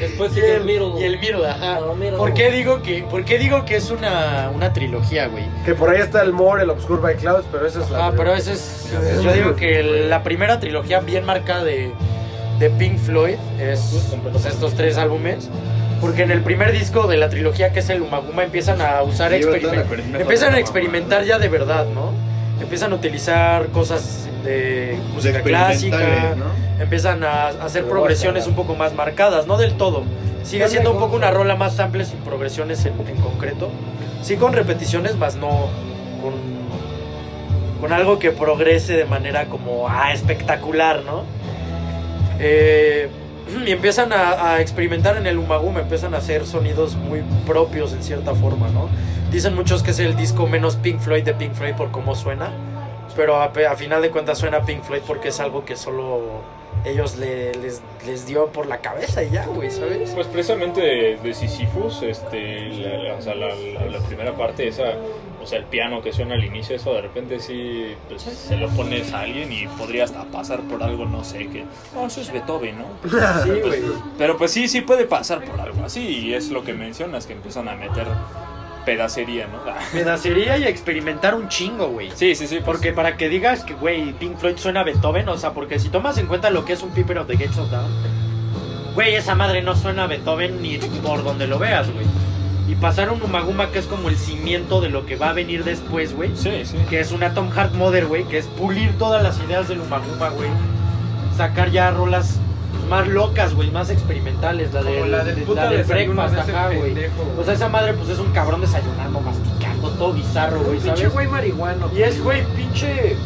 Speaker 3: Después
Speaker 7: Y
Speaker 3: sigue
Speaker 7: *laughs* el Mirror. Y el Mirror, ajá.
Speaker 3: No, Mirror.
Speaker 7: ¿Por qué digo que, por qué digo que es una, una trilogía, güey?
Speaker 5: Que por ahí está el More, el Obscure by Clouds, pero esa es la...
Speaker 7: Ah, pero ese es. Yo digo que la primera trilogía bien marcada de, de Pink Floyd es pues, estos pues, tres álbumes. Porque en el primer disco de la trilogía, que es el Umaguma, empiezan a usar
Speaker 4: Sí, güey, toda la
Speaker 7: experimen-
Speaker 4: cortina
Speaker 7: Empiezan
Speaker 4: toda
Speaker 7: a
Speaker 4: la
Speaker 7: experimentar
Speaker 4: mamada.
Speaker 7: ya de verdad, ¿no? Empiezan a utilizar cosas de
Speaker 4: Pues
Speaker 7: música clásica,
Speaker 4: experimentales, ¿no?
Speaker 7: empiezan a hacer
Speaker 5: Pero
Speaker 7: progresiones
Speaker 5: guácala.
Speaker 7: un poco más marcadas, no del todo. Sigue
Speaker 5: Ya
Speaker 7: siendo un
Speaker 5: me
Speaker 7: poco
Speaker 5: consta.
Speaker 7: una rola más sample sin progresiones en, en concreto. Sí con repeticiones, más no con, con algo que progrese de manera como ah, espectacular, ¿no? Eh, *clears throat* y empiezan a, a experimentar en el Umaguma, empiezan a hacer sonidos muy propios en cierta forma, ¿no? Dicen muchos que es el disco menos Pink Floyd de Pink Floyd por cómo suena, pero a, pe- a final de cuentas suena Pink Floyd porque es algo que solo ellos le- les, les dio por la cabeza y ya, güey, ¿sabes?
Speaker 2: Pues precisamente de, de Sisyphus, este, la, la- o sea, la, la- la primera parte, esa, o sea, el piano que suena al inicio, eso de repente sí, pues, se lo pones a alguien y podría hasta pasar por algo, no sé, que, no, eso es Beethoven, ¿no?
Speaker 7: *laughs* Sí, güey.
Speaker 2: Pero pues sí, sí puede pasar por algo así, y es lo que mencionas, que empiezan a meter pedacería, ¿no? *laughs*
Speaker 7: Pedacería y experimentar un chingo, güey.
Speaker 2: sí, sí, pues, sí,
Speaker 7: Porque para que digas que, güey, Pink Floyd suena a Beethoven, o sea, porque si tomas en cuenta lo que es un Piper of the Gates of Down, güey, esa madre no suena a Beethoven ni por donde lo veas, güey. Y pasar un Umaguma que es como el cimiento de lo que va a venir después, güey,
Speaker 2: Sí, sí.
Speaker 7: que es una Tom Hart Mother, güey, que es pulir todas las ideas del Umaguma, güey. Sacar ya rolas pues, más locas, güey, más experimentales, la de,
Speaker 3: Como la del puta
Speaker 7: del
Speaker 3: desayuno de
Speaker 7: breakfast,
Speaker 3: ese
Speaker 7: ajá, güey.
Speaker 3: pendejo,
Speaker 7: O sea, esa madre, pues es un cabrón desayunando, masticando, todo bizarro, güey,
Speaker 3: Un
Speaker 7: ¿sabes?
Speaker 3: pinche güey marihuano.
Speaker 7: Y es, güey, pinche.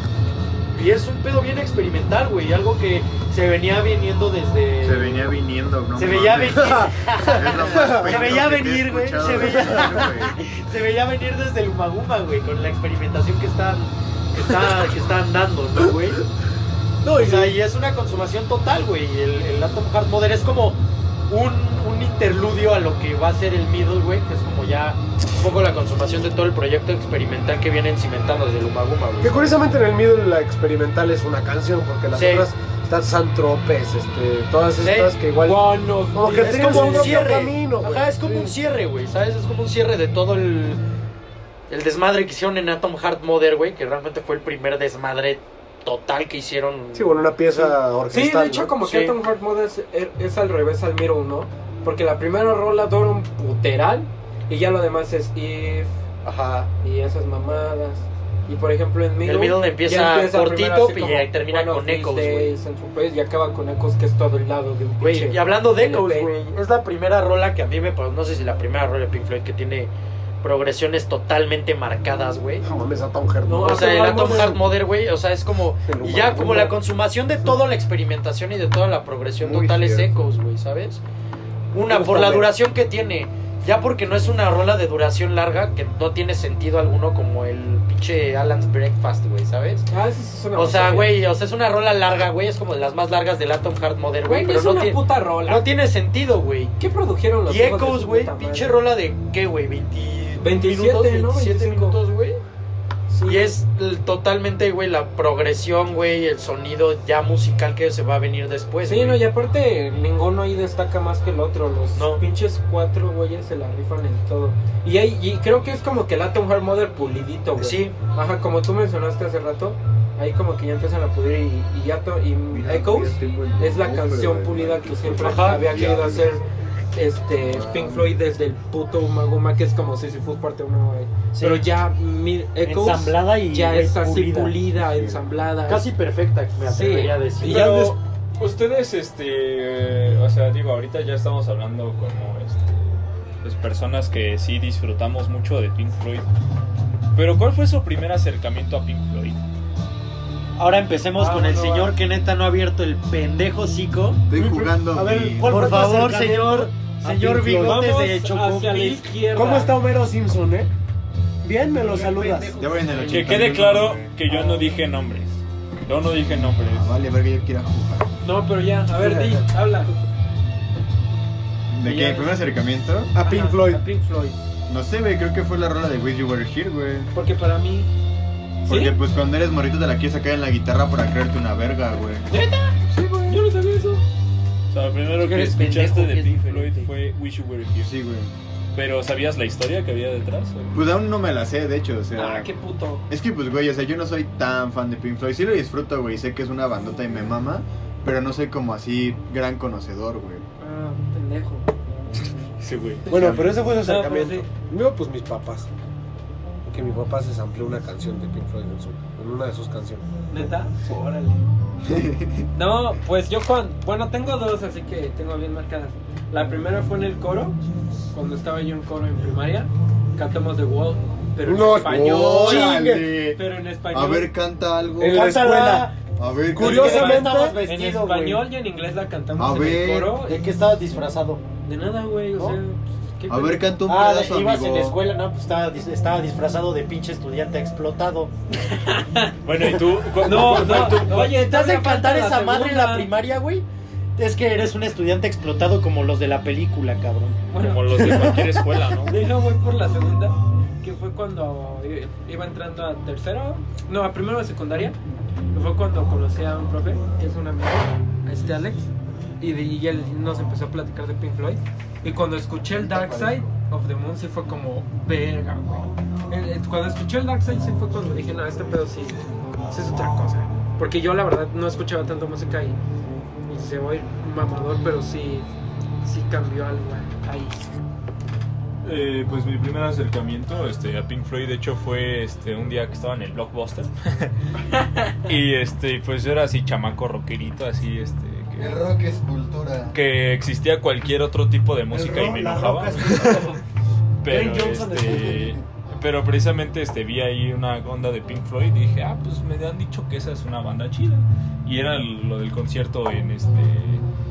Speaker 7: Y es un pedo bien experimental, güey. Algo que se venía viniendo desde.
Speaker 4: Se venía viniendo, ¿no?
Speaker 7: Se veía
Speaker 4: mames.
Speaker 7: venir.
Speaker 4: *laughs* Es lo más
Speaker 7: Se veía
Speaker 4: pendejo que te he
Speaker 7: venir, güey, se
Speaker 4: escuchado
Speaker 7: veía-
Speaker 4: decir, güey.
Speaker 7: se veía venir desde el Umaguma, güey. Con la experimentación que están. Que está, que están dando, ¿no, güey?
Speaker 5: No,
Speaker 7: O
Speaker 5: y
Speaker 7: sea, y es una consumación total, güey. El, el Atom Heart Mother es como un, un interludio a lo que va a ser el Middle, güey. Que es como ya un poco la consumación de todo el proyecto experimental que vienen cimentando desde el Umaguma, güey.
Speaker 5: Que curiosamente en el middle la experimental es una canción, porque las
Speaker 7: Sí.
Speaker 5: otras están Santropes, este, todas
Speaker 7: Sí.
Speaker 5: estas que igual.
Speaker 3: Guano.
Speaker 5: Como que
Speaker 7: es
Speaker 5: tienen
Speaker 7: como
Speaker 5: su
Speaker 7: un
Speaker 5: propio
Speaker 7: cierre.
Speaker 5: camino, güey.
Speaker 7: Ajá, es como
Speaker 5: Sí.
Speaker 7: un cierre, güey, ¿sabes? Es como un cierre de todo el, el desmadre que hicieron en Atom Heart Mother, güey, que realmente fue el primer desmadre total que hicieron.
Speaker 5: Sí, bueno, una pieza orquestal.
Speaker 3: Sí, de hecho,
Speaker 5: ¿no?
Speaker 3: como
Speaker 7: Sí.
Speaker 3: que Atom Heart Mother es, er, es al revés al Miro 1. Porque la primera rola dura un puteral. Y ya lo demás es If.
Speaker 7: Ajá.
Speaker 3: y esas mamadas. Y por ejemplo en Middle,
Speaker 7: El Middle
Speaker 3: ya
Speaker 7: empieza
Speaker 3: primero
Speaker 7: cortito,
Speaker 3: así
Speaker 7: y
Speaker 3: como
Speaker 7: ya termina
Speaker 3: One of
Speaker 7: con
Speaker 3: These
Speaker 7: Echoes, güey.
Speaker 3: Days en su país, y acaba con Echoes que es todo el lado de un
Speaker 7: Güey,
Speaker 3: pinche-
Speaker 7: y hablando de Echoes,
Speaker 3: LP.
Speaker 7: güey, es la primera rola que a mí me... pa- No sé si la primera rola de Pink Floyd que tiene progresiones totalmente marcadas, güey.
Speaker 5: No mames, a Tom Herman.
Speaker 3: No,
Speaker 7: O
Speaker 3: Atom
Speaker 7: sea, el
Speaker 3: Heart
Speaker 7: Atom
Speaker 3: Mother.
Speaker 7: Heart Mother, güey, o sea, es como...
Speaker 5: El
Speaker 7: Y ya
Speaker 5: humano,
Speaker 7: como
Speaker 5: ¿no?
Speaker 7: la consumación de toda la experimentación y de toda la progresión
Speaker 5: Muy
Speaker 7: total es
Speaker 5: cierto.
Speaker 7: Echoes, güey, ¿sabes? Una,
Speaker 5: Justo,
Speaker 7: por la
Speaker 5: güey.
Speaker 7: duración que tiene. Ya porque no es una rola de duración larga que no tiene sentido alguno como el pinche Alan's Breakfast, güey, ¿sabes?
Speaker 3: Ah, eso sí es una
Speaker 7: O sea,
Speaker 3: masacre.
Speaker 7: güey, o sea, es una rola larga, güey, es como de las más largas del Atom Heart Modern, güey,
Speaker 3: Güey,
Speaker 7: pero
Speaker 3: es
Speaker 7: no
Speaker 3: una
Speaker 7: tiene,
Speaker 3: puta rola.
Speaker 7: no tiene sentido, güey.
Speaker 3: ¿Qué produjeron los
Speaker 7: Y
Speaker 3: hijos de
Speaker 7: Echoes,
Speaker 3: su
Speaker 7: güey,
Speaker 3: puta madre?
Speaker 7: pinche rola de qué, güey, 20
Speaker 3: 27,
Speaker 7: minutos,
Speaker 3: ¿no?
Speaker 7: 27
Speaker 3: 25.
Speaker 7: minutos, güey.
Speaker 3: Sí.
Speaker 7: Y es l- totalmente, güey, la progresión, güey, el sonido ya musical que se va a venir después.
Speaker 3: Sí,
Speaker 7: güey.
Speaker 3: no, y aparte ninguno ahí destaca más que el otro. Los
Speaker 7: No.
Speaker 3: pinches cuatro güeyes se la rifan en todo. Y, hay- y creo que es como que el Atom Heart Mother pulidito, güey.
Speaker 7: Sí,
Speaker 3: Ajá, como tú mencionaste hace rato, ahí como que ya empiezan a pudrir y, y ya to- y
Speaker 4: Mira,
Speaker 3: Echoes
Speaker 4: ya tengo el
Speaker 3: es la
Speaker 4: nombre,
Speaker 3: canción
Speaker 4: güey.
Speaker 3: pulida que siempre
Speaker 7: Ajá.
Speaker 3: había querido hacer este Pink Floyd desde el puto Maguma que es como si Food parte 1 güey.
Speaker 7: Sí.
Speaker 3: Pero ya mi, Echoes
Speaker 1: Ensamblada y
Speaker 3: ya
Speaker 1: güey,
Speaker 3: es así
Speaker 1: pulida.
Speaker 3: pulida,
Speaker 4: Sí.
Speaker 3: ensamblada.
Speaker 7: casi perfecta, me
Speaker 3: Sí.
Speaker 7: atrevería a decir.
Speaker 5: Y ya
Speaker 2: Pero,
Speaker 5: des-
Speaker 2: ustedes, este, o sea, digo, ahorita ya estamos hablando como, este, pues, personas que sí disfrutamos mucho de Pink Floyd. Pero, ¿cuál fue su primer acercamiento a Pink Floyd?
Speaker 1: Ahora empecemos
Speaker 3: Ah,
Speaker 1: con el
Speaker 3: no,
Speaker 1: señor
Speaker 3: va.
Speaker 1: que neta no ha abierto el pendejo hocico.
Speaker 4: Estoy jugando.
Speaker 5: A ver,
Speaker 4: mi-
Speaker 5: ¿cuál
Speaker 1: Por
Speaker 5: fue tu
Speaker 1: favor,
Speaker 5: acercamiento
Speaker 1: señor,
Speaker 5: a
Speaker 1: señor
Speaker 5: Pink Floyd?
Speaker 3: Vamos
Speaker 1: Bigotes de Ah,
Speaker 3: hacia la
Speaker 1: Chocopic.
Speaker 3: izquierda.
Speaker 5: ¿Cómo está Homero Simpson, eh? Bien, me lo saludas.
Speaker 4: Ya voy en el 80.
Speaker 2: Que quede claro que yo no dije nombres. Yo no dije nombres.
Speaker 4: Ah, Vale, verga, yo quiero jugar.
Speaker 3: No, pero ya, a ver, di, habla.
Speaker 4: ¿De qué? ¿Mi primer acercamiento?
Speaker 5: A Pink
Speaker 3: Ajá,
Speaker 5: Floyd.
Speaker 3: a Pink Floyd.
Speaker 4: No sé, güey, creo que fue la rola de Wish You Were Here, güey.
Speaker 3: Porque para mí
Speaker 4: Porque
Speaker 3: ¿Sí?
Speaker 4: pues cuando eres morrito te la quieres sacar en la guitarra para creerte una verga, güey.
Speaker 3: yo no sabía eso.
Speaker 2: O sea, lo primero que
Speaker 1: Eres
Speaker 2: escuchaste
Speaker 1: pendejo, que
Speaker 2: de
Speaker 1: es
Speaker 2: Pink Floyd
Speaker 1: diferente.
Speaker 2: fue Wish You Were Here.
Speaker 4: Sí, güey.
Speaker 2: Pero, ¿sabías la historia que había detrás?
Speaker 4: Pues aún no me la sé, de hecho, o sea...
Speaker 3: Ah, qué puto.
Speaker 4: Es que pues, güey, o sea, yo no soy tan fan de Pink Floyd. Sí lo disfruto, güey, sé que es una bandota y me mama, pero no soy como así gran conocedor, güey.
Speaker 3: Ah, pendejo.
Speaker 2: ese, güey.
Speaker 5: Bueno, pero ese fue su
Speaker 3: No, pero
Speaker 5: acercamiento.
Speaker 3: sí.
Speaker 5: Yo, pues mis papás. Que mi papá se amplió una canción de Pink Floyd en, su- en una de sus canciones.
Speaker 3: ¿Neta? Órale. No, pues yo con... Bueno, tengo dos, así que tengo bien marcadas. La primera fue en el coro, cuando estaba yo en coro en primaria. Cantamos The Wall, pero en
Speaker 5: No,
Speaker 3: español.
Speaker 4: ¡Órale!
Speaker 3: Pero en español.
Speaker 4: A ver, canta algo.
Speaker 5: En la escuela.
Speaker 4: A ver,
Speaker 5: Curiosamente-
Speaker 1: estabas
Speaker 3: en
Speaker 1: vestido, güey?
Speaker 3: español y en inglés la cantamos
Speaker 4: A
Speaker 3: en el
Speaker 4: ver.
Speaker 3: coro.
Speaker 1: ¿De qué estabas disfrazado?
Speaker 3: De nada, güey, o
Speaker 1: ¿No?
Speaker 3: sea... pues, ¿qué
Speaker 4: A ver, canta un
Speaker 1: Ah,
Speaker 4: pedazo,
Speaker 1: ibas en la
Speaker 4: amigo.
Speaker 1: escuela, no, pues estaba, dis- estaba disfrazado de pinche estudiante explotado.
Speaker 2: Bueno, ¿y tú? ¿Cu-
Speaker 3: No,
Speaker 2: cuál fue tu-
Speaker 3: no, oye,
Speaker 1: ¿Estás de
Speaker 3: todavía falta
Speaker 1: cantar
Speaker 3: la
Speaker 1: esa madre en la
Speaker 3: segunda.
Speaker 1: primaria, güey? Es que eres un estudiante explotado como los de la película, cabrón.
Speaker 2: Como
Speaker 3: Bueno,
Speaker 2: los
Speaker 3: *laughs*
Speaker 2: de cualquier escuela, ¿no?
Speaker 3: deja voy por la segunda, que fue cuando iba entrando a tercero, no, a primero de secundaria, que fue cuando conocí a un profe, que es un amigo, a este Alex, y, de- y él nos empezó a platicar de Pink Floyd, y cuando escuché el Dark Side of the Moon, sí fue como, verga, güey. Eh, eh, Cuando escuché el Dark Side, sí fue cuando dije, no, este pedo sí, sí es otra cosa. Porque yo, la verdad, no escuchaba tanto música y, y se va a ir mamador, pero sí, sí cambió algo ahí.
Speaker 2: Eh, pues mi primer acercamiento este, a Pink Floyd, de hecho, fue este, un día que estaba en el Blockbuster. y este, pues yo era así chamaco rockerito, así este.
Speaker 8: El
Speaker 2: Que,
Speaker 8: rock es cultura.
Speaker 2: que existía cualquier otro tipo de música y me enojaba. *laughs* pero,
Speaker 1: Dwayne Johnson
Speaker 2: este, pero precisamente este, vi ahí una onda de Pink Floyd y dije, ah, pues me han dicho que esa es una banda chida. Y era lo del concierto en, este,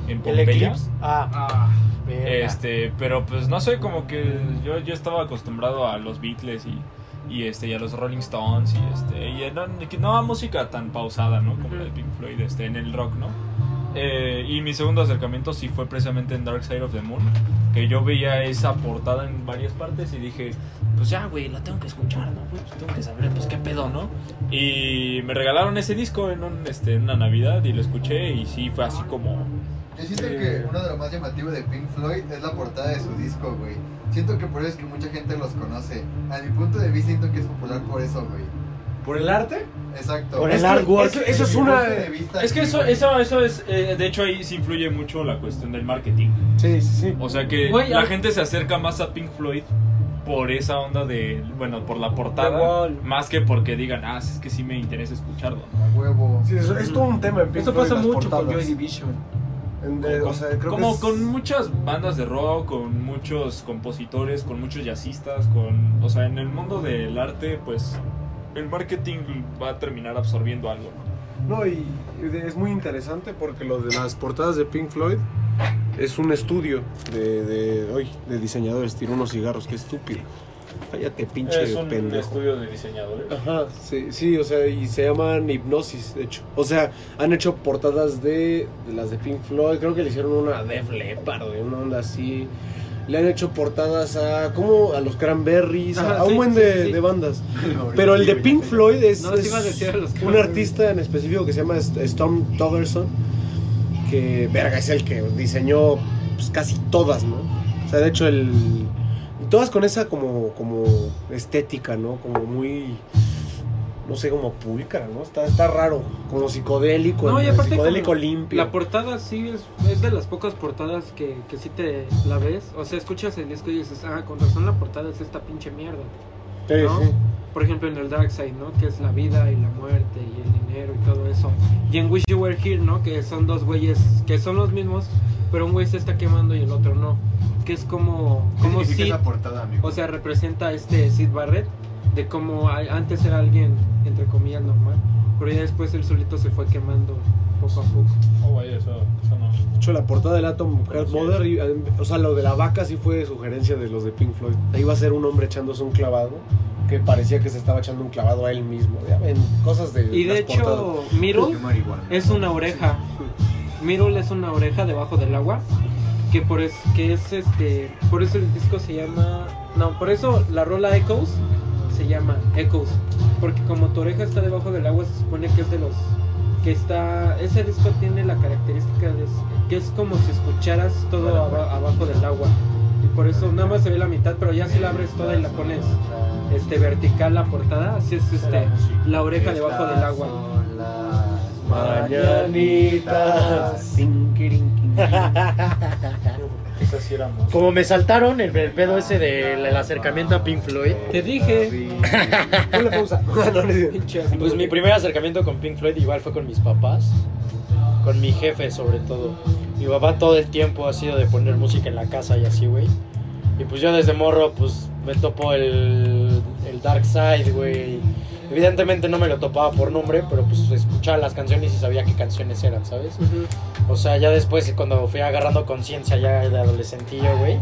Speaker 2: en
Speaker 1: ¿El
Speaker 2: Pompeya.
Speaker 1: eclipse? Ah,
Speaker 3: Ah.
Speaker 1: verga.
Speaker 2: Este, pero pues no sé, como que yo, yo estaba acostumbrado a los Beatles y, y, este, y a los Rolling Stones y este, y no, no a música tan pausada, ¿no? Como la de Pink Floyd, este, en el rock, ¿no? Eh, y mi segundo acercamiento sí fue precisamente en Dark Side of the Moon, que yo veía esa portada en varias partes y dije, pues ya, güey, la tengo que escuchar, ¿no? Güey, Pues tengo que saber, pues qué pedo, ¿no? Y me regalaron ese disco en, un, este, en una Navidad y lo escuché y sí fue así como...
Speaker 8: Yo siento que uno de lo más llamativo de Pink Floyd es la portada de su disco, güey. Siento que por eso es que mucha gente los conoce. A mi punto de vista siento que es popular por eso, güey.
Speaker 5: ¿Por el arte?
Speaker 8: Exacto.
Speaker 1: Por el
Speaker 8: Desde
Speaker 1: artwork.
Speaker 5: Eso, eso es
Speaker 8: mi
Speaker 5: una.
Speaker 8: punto de vista,
Speaker 2: Es que
Speaker 8: sí,
Speaker 2: eso,
Speaker 8: güey.
Speaker 2: eso, eso es, eh, de hecho ahí sí influye mucho la cuestión del marketing.
Speaker 5: Sí, sí, sí.
Speaker 2: O sea que
Speaker 3: Güey,
Speaker 2: la
Speaker 3: al-
Speaker 2: gente se acerca más a Pink Floyd por esa onda de, bueno, por la
Speaker 3: The
Speaker 2: portada,
Speaker 3: Wall.
Speaker 2: más que porque digan, ah, es que sí me interesa escucharlo.
Speaker 8: A huevo.
Speaker 5: Sí, eso- es todo un tema en Pink
Speaker 3: Eso
Speaker 5: Floyd,
Speaker 3: pasa
Speaker 5: las
Speaker 3: mucho con
Speaker 5: portadas.
Speaker 3: Joy Division.
Speaker 5: En de- o sea, creo
Speaker 2: Como
Speaker 5: que es-
Speaker 2: con muchas bandas de rock, con muchos compositores, con muchos jazzistas, con, o sea, en el mundo del arte, pues el marketing va a terminar absorbiendo algo. ¿no?
Speaker 5: No, y y de- es muy interesante porque lo de las portadas de Pink Floyd es un estudio de, de, ay, de diseñadores. Tiró unos cigarros, qué estúpido. Cállate, pinche
Speaker 2: Es un
Speaker 5: pendejo.
Speaker 2: estudio de diseñadores.
Speaker 5: Ajá, sí, sí, o sea, y se llaman Hipnosis, de hecho. O sea, han hecho portadas de, de las de Pink Floyd, creo que le hicieron una a Def Leppard, de una onda así. Le han hecho portadas a, como a los Cranberries, a-
Speaker 3: Ajá,
Speaker 5: a un
Speaker 3: sí,
Speaker 5: buen
Speaker 3: sí,
Speaker 5: de,
Speaker 3: sí, sí. *laughs*
Speaker 5: de bandas. Pero el de Pink Floyd es,
Speaker 3: No, sí
Speaker 5: es
Speaker 3: ibas a decir a los
Speaker 5: un
Speaker 3: Cranberries.
Speaker 5: artista en específico que se llama St- Storm Togerson, que verga es el que diseñó pues, casi todas, ¿no? O sea, de hecho el todas con esa como como estética, ¿no? Como muy no sé, como pública, ¿no? Está, está raro, como psicodélico,
Speaker 3: No, y
Speaker 5: ¿no?
Speaker 3: aparte
Speaker 5: psicodélico
Speaker 3: como
Speaker 5: limpio.
Speaker 3: La portada sí es, es de las pocas portadas que, que sí te la ves. O sea, escuchas el disco y dices, ah, con razón la portada es esta pinche mierda.
Speaker 5: Sí,
Speaker 3: ¿no?
Speaker 5: sí.
Speaker 3: Por ejemplo, en el Dark Side, ¿no? Que es la vida y la muerte y el dinero y todo eso. Y en Wish You Were Here, ¿no? Que son dos güeyes que son los mismos, pero un güey se está quemando y el otro no. Que es como,
Speaker 4: ¿Qué
Speaker 3: como
Speaker 4: significa
Speaker 3: si
Speaker 4: esa portada, amigo?
Speaker 3: O sea, representa a este Sid Barrett de cómo a- antes era alguien, entre comillas, normal, pero ya después él solito se fue quemando poco a poco.
Speaker 2: Oh, vaya, eso, eso no.
Speaker 5: De hecho, la portada del Atom Heart
Speaker 2: Sí.
Speaker 5: Mother, y, eh, o sea, lo de la vaca sí fue sugerencia de los de Pink Floyd. Ahí va a ser un hombre echándose un clavado que parecía que se estaba echando un clavado a él mismo. Ya ven, cosas de.
Speaker 3: Y de
Speaker 5: las portadas.
Speaker 3: hecho,
Speaker 4: Qué
Speaker 3: Mirul
Speaker 4: marihuana.
Speaker 3: es una oreja. Mirul es una oreja debajo del agua, que por es que es este, por eso el disco se llama, no, por eso la rola Echoes se llama Echoes, porque como tu oreja está debajo del agua se supone que es de los que está ese disco tiene la característica de que es como si escucharas todo aba- abajo del agua. Y por eso nada más se ve la mitad, pero ya si la abres toda y la pones este vertical la portada, así es este la oreja debajo del agua.
Speaker 5: Mañanitas. Tin, quirin, quin, quin.
Speaker 2: sí así éramos.
Speaker 1: Como me saltaron el, el pedo ese del el acercamiento a Pink Floyd.
Speaker 3: Te dije.
Speaker 4: Ah,
Speaker 5: Ponle pausa. *laughs* No, no, no.
Speaker 3: Pinche
Speaker 1: Pues mi primer acercamiento con Pink Floyd igual fue con mis papás, con mi jefe sobre todo. Mi papá todo el tiempo ha sido de poner música en la casa y así, güey. Y pues yo desde morro, pues me topo el, el Dark Side, güey. Evidentemente no me lo topaba por nombre, pero pues escuchaba las canciones y sabía qué canciones eran, ¿sabes?
Speaker 3: Ujú.
Speaker 1: O sea, ya después cuando fui agarrando conciencia ya de adolescentillo, güey,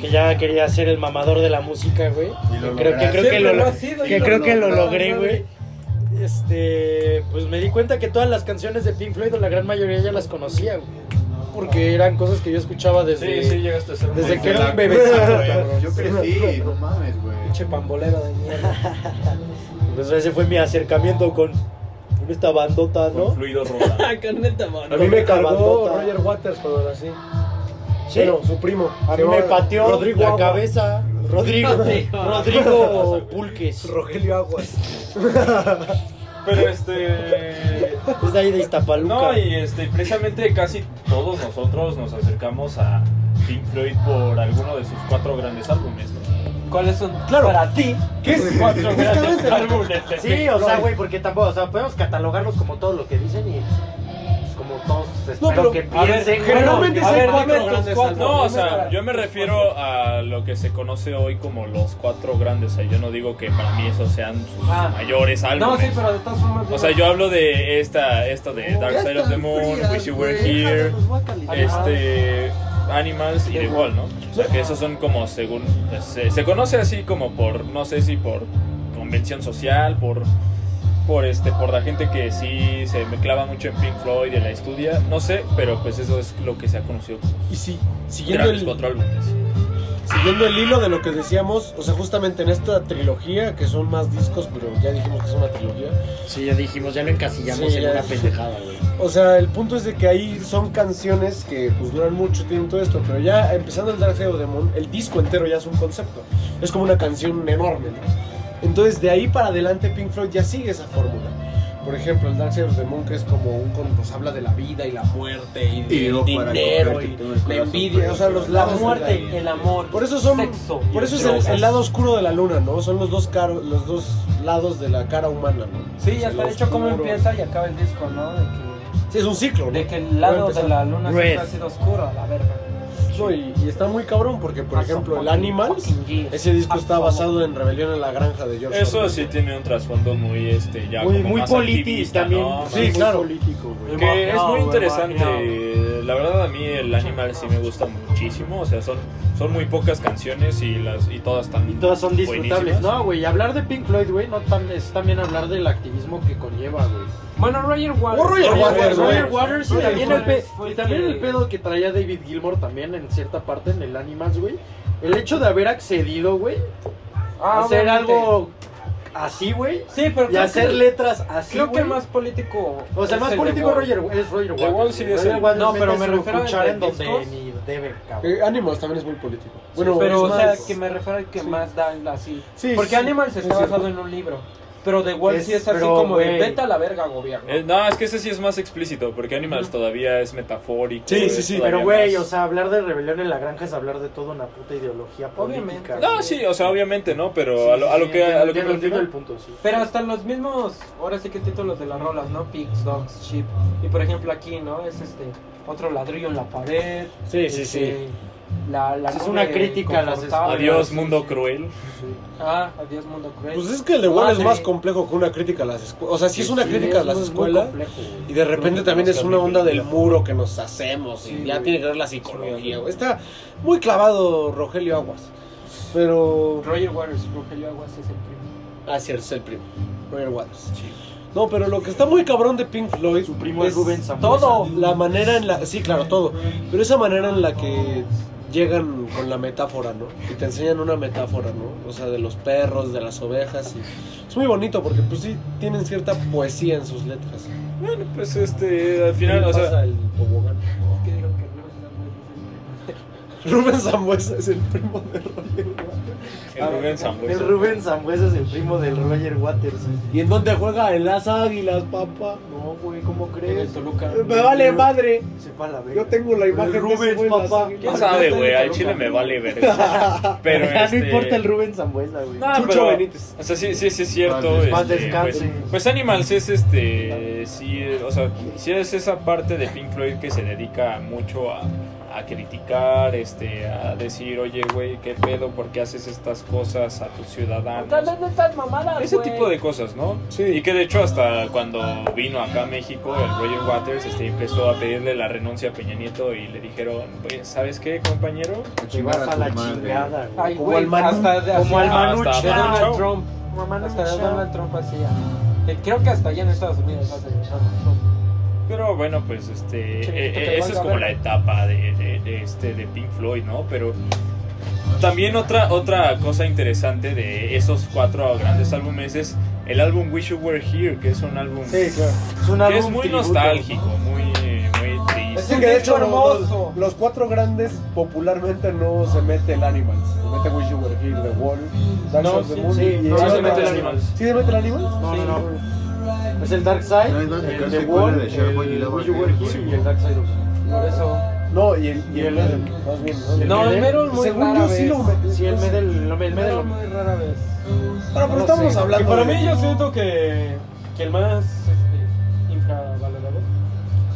Speaker 1: que ya quería ser el mamador de la música, güey.
Speaker 4: Y lo
Speaker 1: Que Creo que, creo que
Speaker 3: Siempre
Speaker 1: lo,
Speaker 3: lo ha sido,
Speaker 1: que
Speaker 3: y lo
Speaker 1: creo que lo
Speaker 3: lograste,
Speaker 1: logré,
Speaker 3: güey. *laughs*
Speaker 1: güey. Este, pues me di cuenta que todas las canciones de Pink Floyd, o la gran mayoría ya las conocía, güey. Porque eran cosas que yo escuchaba desde
Speaker 2: Sí, sí, llegaste a ser un
Speaker 1: desde que era un
Speaker 2: mentiroso.
Speaker 1: bebecito, cabrón. *laughs*
Speaker 4: Yo crecí, no mames, güey.
Speaker 3: Pinche pambolero de mierda.
Speaker 1: Pues ese fue mi acercamiento con con esta bandota,
Speaker 2: Con
Speaker 1: ¿no?
Speaker 2: fluido rosa.
Speaker 3: Con el tabaco.
Speaker 5: A mí me
Speaker 1: Con
Speaker 5: cargó
Speaker 1: bandota.
Speaker 5: Roger Waters cuando nací.
Speaker 1: Sí.
Speaker 5: Bueno, su primo.
Speaker 1: A
Speaker 5: Se
Speaker 1: mí me
Speaker 5: llamaba
Speaker 1: pateó
Speaker 5: Rodrigo
Speaker 1: la
Speaker 5: Agua.
Speaker 1: cabeza Rodrigo Rodrigo Pulques.
Speaker 5: Rogelio Aguas.
Speaker 2: Pero este.
Speaker 1: Es de ahí de Iztapaluca.
Speaker 2: No, y este, precisamente casi todos nosotros nos acercamos a Pink Floyd por alguno de sus cuatro grandes álbumes, ¿no?
Speaker 3: ¿Cuáles son para ti?
Speaker 2: ¿Qué es cuatro grandes álbumes? de
Speaker 1: Sí,
Speaker 2: Pink
Speaker 1: o sea,
Speaker 2: Floyd?
Speaker 1: güey, porque tampoco, o sea, podemos catalogarlos como todo lo que dicen y pues, como todos espero
Speaker 5: pero,
Speaker 1: que
Speaker 2: a ver,
Speaker 1: piensen. güey.
Speaker 5: Generalmente
Speaker 3: a
Speaker 5: son
Speaker 3: ver,
Speaker 5: cuatro
Speaker 3: dime tus
Speaker 5: grandes
Speaker 3: cuatro.
Speaker 5: álbumes.
Speaker 2: No, o sea, yo me refiero a lo que se conoce hoy como los cuatro grandes. O sea, yo no digo que para mí esos sean sus
Speaker 3: Ah.
Speaker 2: mayores
Speaker 3: No,
Speaker 2: álbumes.
Speaker 3: sí, pero de todas formas.
Speaker 2: O sea, yo hablo de esta, esta de Dark
Speaker 8: Ya
Speaker 2: Side of the
Speaker 8: están
Speaker 2: Moon,
Speaker 8: frías,
Speaker 2: Wish You Were
Speaker 8: güey,
Speaker 2: Here,
Speaker 8: déjalos, voy a calentar.
Speaker 2: este, Animals y The Wall, ¿no? O sea, que esos son como según, pues, se, se conoce así como por, no sé si por convención social, por, por este, por la gente que sí se me clava mucho en Pink Floyd y en la estudia, no sé, pero pues eso es lo que se ha conocido como
Speaker 5: *laughs* Y sí, siguiendo
Speaker 2: grandes
Speaker 5: el,
Speaker 2: cuatro álbumes.
Speaker 5: Siguiendo el hilo de lo que decíamos, o sea, justamente en esta trilogía, que son más discos, pero ya dijimos que es una trilogía.
Speaker 1: Sí, ya dijimos, ya lo encasillamos
Speaker 5: Sí,
Speaker 1: en
Speaker 5: ya.
Speaker 1: una pendejada, güey.
Speaker 5: O sea, el punto es de que ahí son canciones que pues duran mucho, tienen todo esto, pero ya empezando el Dark Side of the Moon, el disco entero ya es un concepto. Es como una canción enorme, ¿no? Entonces, de ahí para adelante Pink Floyd ya sigue esa fórmula. Por ejemplo, el Dark Side of the Moon, que es como un... con- Pues habla de la vida y la muerte y,
Speaker 4: Y
Speaker 5: del
Speaker 4: digo, para
Speaker 5: dinero
Speaker 4: cogerte
Speaker 5: y
Speaker 4: todo el
Speaker 5: la
Speaker 4: corazón, pues,
Speaker 5: envidia,
Speaker 4: pero
Speaker 5: o sea, los
Speaker 4: te
Speaker 3: La
Speaker 5: lados... de
Speaker 3: muerte, el amor.
Speaker 5: Por eso son-
Speaker 3: Sexo.
Speaker 5: Por eso es el, el lado oscuro de la luna, ¿no? Son los dos caros, los dos lados de la cara humana, ¿no?
Speaker 3: Sí, ya
Speaker 5: El
Speaker 3: está hecho cómo
Speaker 5: oscuro.
Speaker 3: empieza y acaba el disco, ¿no? De que,
Speaker 5: Sí, es un ciclo, ¿no?
Speaker 3: de que el lado de la luna
Speaker 1: Red.
Speaker 3: siempre ha sido oscuro, a la verga.
Speaker 5: No, y, y está muy cabrón porque, por
Speaker 3: Paso
Speaker 5: ejemplo, el
Speaker 3: fucking-
Speaker 5: Animals,
Speaker 3: Ah, fucking yes.
Speaker 5: ese disco
Speaker 3: Paso
Speaker 5: está
Speaker 3: fucking-
Speaker 5: basado en Rebelión en la Granja de George
Speaker 2: Eso
Speaker 5: Orwell.
Speaker 2: sí tiene un trasfondo muy, este, ya
Speaker 1: Muy,
Speaker 2: como
Speaker 1: muy
Speaker 2: más
Speaker 1: politi
Speaker 2: activista,
Speaker 1: también.
Speaker 2: ¿no?
Speaker 5: Sí, claro.
Speaker 1: político, güey.
Speaker 2: Que es muy
Speaker 3: Demasiado,
Speaker 2: interesante. La verdad a mí el Animal sí me gusta muchísimo. O sea, son, son muy pocas canciones y las y todas están.
Speaker 1: Y todas son disfrutables.
Speaker 2: buenísimas.
Speaker 1: No, güey, hablar de Pink Floyd, güey, no tan, es también hablar del activismo que conlleva, güey.
Speaker 3: Bueno, Roger Waters.
Speaker 5: Oh, Roger Waters, güey.
Speaker 1: Roger Waters y
Speaker 3: Roger
Speaker 1: también, el, pe-
Speaker 3: Waters fue
Speaker 1: y también
Speaker 3: que-
Speaker 1: el pedo que traía David Gilmour también en cierta parte en el Animals, güey. El hecho de haber accedido, güey,
Speaker 3: Ah,
Speaker 1: a hacer
Speaker 3: obviamente.
Speaker 1: algo así, güey,
Speaker 3: Sí, pero
Speaker 1: y
Speaker 3: creo
Speaker 1: hacer
Speaker 3: que,
Speaker 1: letras así,
Speaker 3: creo que
Speaker 1: güey.
Speaker 3: el más político.
Speaker 1: O sea, el
Speaker 3: es
Speaker 1: más
Speaker 3: el
Speaker 1: político
Speaker 3: de
Speaker 1: Roger es Roger Waters.
Speaker 2: The Wall sí es
Speaker 1: Roger
Speaker 2: el-
Speaker 1: Waters
Speaker 3: No, pero
Speaker 1: mete
Speaker 3: me
Speaker 1: su
Speaker 3: refiero a
Speaker 1: cuchara en
Speaker 3: de
Speaker 1: donde
Speaker 3: discos.
Speaker 1: ni debe, cabrón.
Speaker 5: Eh, Animals también es muy político.
Speaker 3: Bueno,
Speaker 5: Bueno,
Speaker 3: pero,
Speaker 5: es
Speaker 3: o sea,
Speaker 5: más-
Speaker 3: que me refiero al que
Speaker 5: sí.
Speaker 3: más da así.
Speaker 5: Sí,
Speaker 3: Porque
Speaker 5: sí,
Speaker 3: Animals
Speaker 5: sí,
Speaker 3: está
Speaker 5: es cierto.
Speaker 3: basado en un libro. Pero The Wall
Speaker 1: Es-
Speaker 3: sí es así
Speaker 1: pero,
Speaker 3: como de
Speaker 1: güey.
Speaker 3: vete a la verga, gobierno.
Speaker 2: Eh, no, es que ese sí es más explícito, porque Animals todavía es metafórico.
Speaker 5: Sí, sí,
Speaker 2: es
Speaker 5: sí.
Speaker 2: todavía
Speaker 1: Pero, güey,
Speaker 2: más-
Speaker 1: o sea, hablar de rebelión en la granja es hablar de toda una puta ideología
Speaker 3: Obviamente.
Speaker 1: política.
Speaker 2: No,
Speaker 1: güey.
Speaker 2: sí, o sea, obviamente, ¿no? Pero
Speaker 1: Sí,
Speaker 2: a lo, a lo
Speaker 1: sí,
Speaker 2: que, a lo que
Speaker 1: entiendo-
Speaker 2: me
Speaker 1: entiendo el
Speaker 2: refiero.
Speaker 1: punto, sí.
Speaker 3: Pero hasta los mismos, ahora sí que títulos de las rolas, ¿no? Pigs, Dogs, Sheep. Y por ejemplo aquí, ¿no? Es este otro ladrillo en la pared.
Speaker 1: Sí, sí,
Speaker 3: este,
Speaker 1: sí.
Speaker 3: La, la
Speaker 1: Sí, es
Speaker 3: nube
Speaker 1: una crítica a las-
Speaker 3: confortable.
Speaker 2: Adiós, mundo cruel.
Speaker 3: Ah, adiós mundo cruel.
Speaker 5: Pues es que el de Wall es
Speaker 3: Madre.
Speaker 5: más complejo que una crítica a las escuelas. O sea, sí es una
Speaker 1: Sí,
Speaker 5: crítica a
Speaker 1: muy-
Speaker 5: las
Speaker 1: muy
Speaker 5: escuelas.
Speaker 1: complejo, güey.
Speaker 5: Y de repente
Speaker 1: Creo que
Speaker 5: también es
Speaker 1: tenemos
Speaker 5: una
Speaker 1: que
Speaker 5: onda del
Speaker 1: admitirlo.
Speaker 5: muro que nos hacemos. Y
Speaker 3: Sí,
Speaker 5: ya
Speaker 3: güey.
Speaker 5: tiene que ver la psicología, güey. Está muy clavado Rogelio Aguas. Pero.
Speaker 3: Roger Waters, Rogelio Aguas es el primo.
Speaker 5: Ah, cierto, es el primo. Roger Waters. No, pero lo que está muy cabrón de Pink Floyd. Su
Speaker 1: primo es Rubén Zambuesa.
Speaker 5: Todo. La manera en la. Sí, claro, todo. Pero esa manera en la que llegan con la metáfora, ¿no? Y te enseñan una metáfora, ¿no? O sea, de los perros, de las ovejas. y- Es muy bonito porque, pues sí, tienen cierta poesía en sus letras. *laughs*
Speaker 2: Bueno, pues este, al final, o sea.
Speaker 5: el tobogán.
Speaker 3: Es que digo que no,
Speaker 5: Rubén Zambuesa es el primo de Roger Waters.
Speaker 2: El Rubén Sambuesa.
Speaker 1: El Rubén Zambuesa es el primo del Roger Waters.
Speaker 5: ¿Y en dónde juega? En las águilas, papá.
Speaker 1: No, güey, ¿cómo
Speaker 3: En el
Speaker 1: crees?
Speaker 3: Toluca.
Speaker 5: Me vale madre.
Speaker 1: Sepa la verga.
Speaker 5: Yo tengo la imagen
Speaker 1: Rubens,
Speaker 5: de ese güey en las
Speaker 1: papá.
Speaker 5: águilas.
Speaker 2: ¿Quién sabe, güey? Al chile me vale
Speaker 1: *laughs*
Speaker 2: ver. Pero
Speaker 1: Ya
Speaker 2: este-
Speaker 1: no importa el Rubén Zambuesa, güey.
Speaker 2: No,
Speaker 5: Chucho
Speaker 2: pero,
Speaker 5: Benítez.
Speaker 2: O sea, sí, sí, sí es cierto.
Speaker 4: Paz,
Speaker 2: este,
Speaker 1: paz descanse.
Speaker 2: pues, pues Animals es este. Sí, o sea, sí es esa parte de Pink Floyd que se dedica mucho a, a criticar, este, a decir, oye, güey, qué pedo, ¿por qué haces estas cosas a tus ciudadanos? Ese tipo de cosas, ¿no?
Speaker 5: Sí.
Speaker 2: Y que de hecho hasta cuando vino acá a México, el Roger Waters este, empezó a pedirle la renuncia a Peña Nieto y le dijeron, "Oye, ¿sabes qué, compañero?
Speaker 1: Te vas a la chingada, güey.
Speaker 3: Ay,
Speaker 5: Como
Speaker 3: güey,
Speaker 5: al Manu-
Speaker 3: hasta de,
Speaker 1: como
Speaker 3: hacía-
Speaker 1: al Manu
Speaker 3: hasta
Speaker 2: Chao.
Speaker 3: Donald
Speaker 2: Chao.
Speaker 3: Trump. Hasta de Donald Trump hacía. Eh, creo que hasta allá en Estados Unidos hace Donald Trump.
Speaker 2: Pero bueno, pues este,
Speaker 3: Sí,
Speaker 2: eh,
Speaker 3: que
Speaker 2: eh,
Speaker 3: te
Speaker 2: esa es
Speaker 3: valga
Speaker 2: como la
Speaker 3: verga.
Speaker 2: etapa de, de- de este, de Pink Floyd, ¿no? Pero también otra, otra cosa interesante de esos cuatro grandes álbumes es el álbum Wish You Were Here, que es un álbum
Speaker 5: Sí, claro.
Speaker 1: Es un
Speaker 2: que
Speaker 1: álbum
Speaker 2: es muy
Speaker 1: tributo.
Speaker 2: nostálgico, muy, eh, muy
Speaker 5: Es
Speaker 2: triste.
Speaker 5: que de hecho
Speaker 3: hermoso.
Speaker 5: los, los- los cuatro grandes popularmente no se mete el Animals. Se mete Wish You Were Here, The Wall, Dark
Speaker 3: No,
Speaker 5: Side of the
Speaker 3: sí,
Speaker 5: Moon.
Speaker 1: sí,
Speaker 5: y
Speaker 1: no
Speaker 5: el
Speaker 2: se
Speaker 5: otro-
Speaker 2: mete el Animals.
Speaker 5: ¿Sí se mete el Animals?
Speaker 1: No, no, no.
Speaker 5: Sí.
Speaker 1: Es el Dark Side,
Speaker 4: No, no,
Speaker 1: el
Speaker 4: el
Speaker 1: The
Speaker 4: Dark
Speaker 1: Wall,
Speaker 4: Side, el
Speaker 1: el
Speaker 4: Sherwood y luego
Speaker 1: Wish You Were
Speaker 4: el-
Speaker 1: Here y el Dark Side of the Moon.
Speaker 3: Por eso.
Speaker 5: No, y el, y el,
Speaker 1: Y el-
Speaker 5: Medal, más bien, ¿no?
Speaker 3: No, el Medal muy
Speaker 5: Según yo
Speaker 3: rara
Speaker 5: sí lo
Speaker 3: vez.
Speaker 5: mete.
Speaker 1: Sí, el Medel, el el
Speaker 3: Pero
Speaker 1: Medel.
Speaker 3: muy rara vez.
Speaker 5: Pero, pero
Speaker 3: No
Speaker 5: estamos
Speaker 3: sé.
Speaker 5: hablando.
Speaker 9: Y para
Speaker 5: de-
Speaker 9: mí yo siento que, que el más este, infravalorado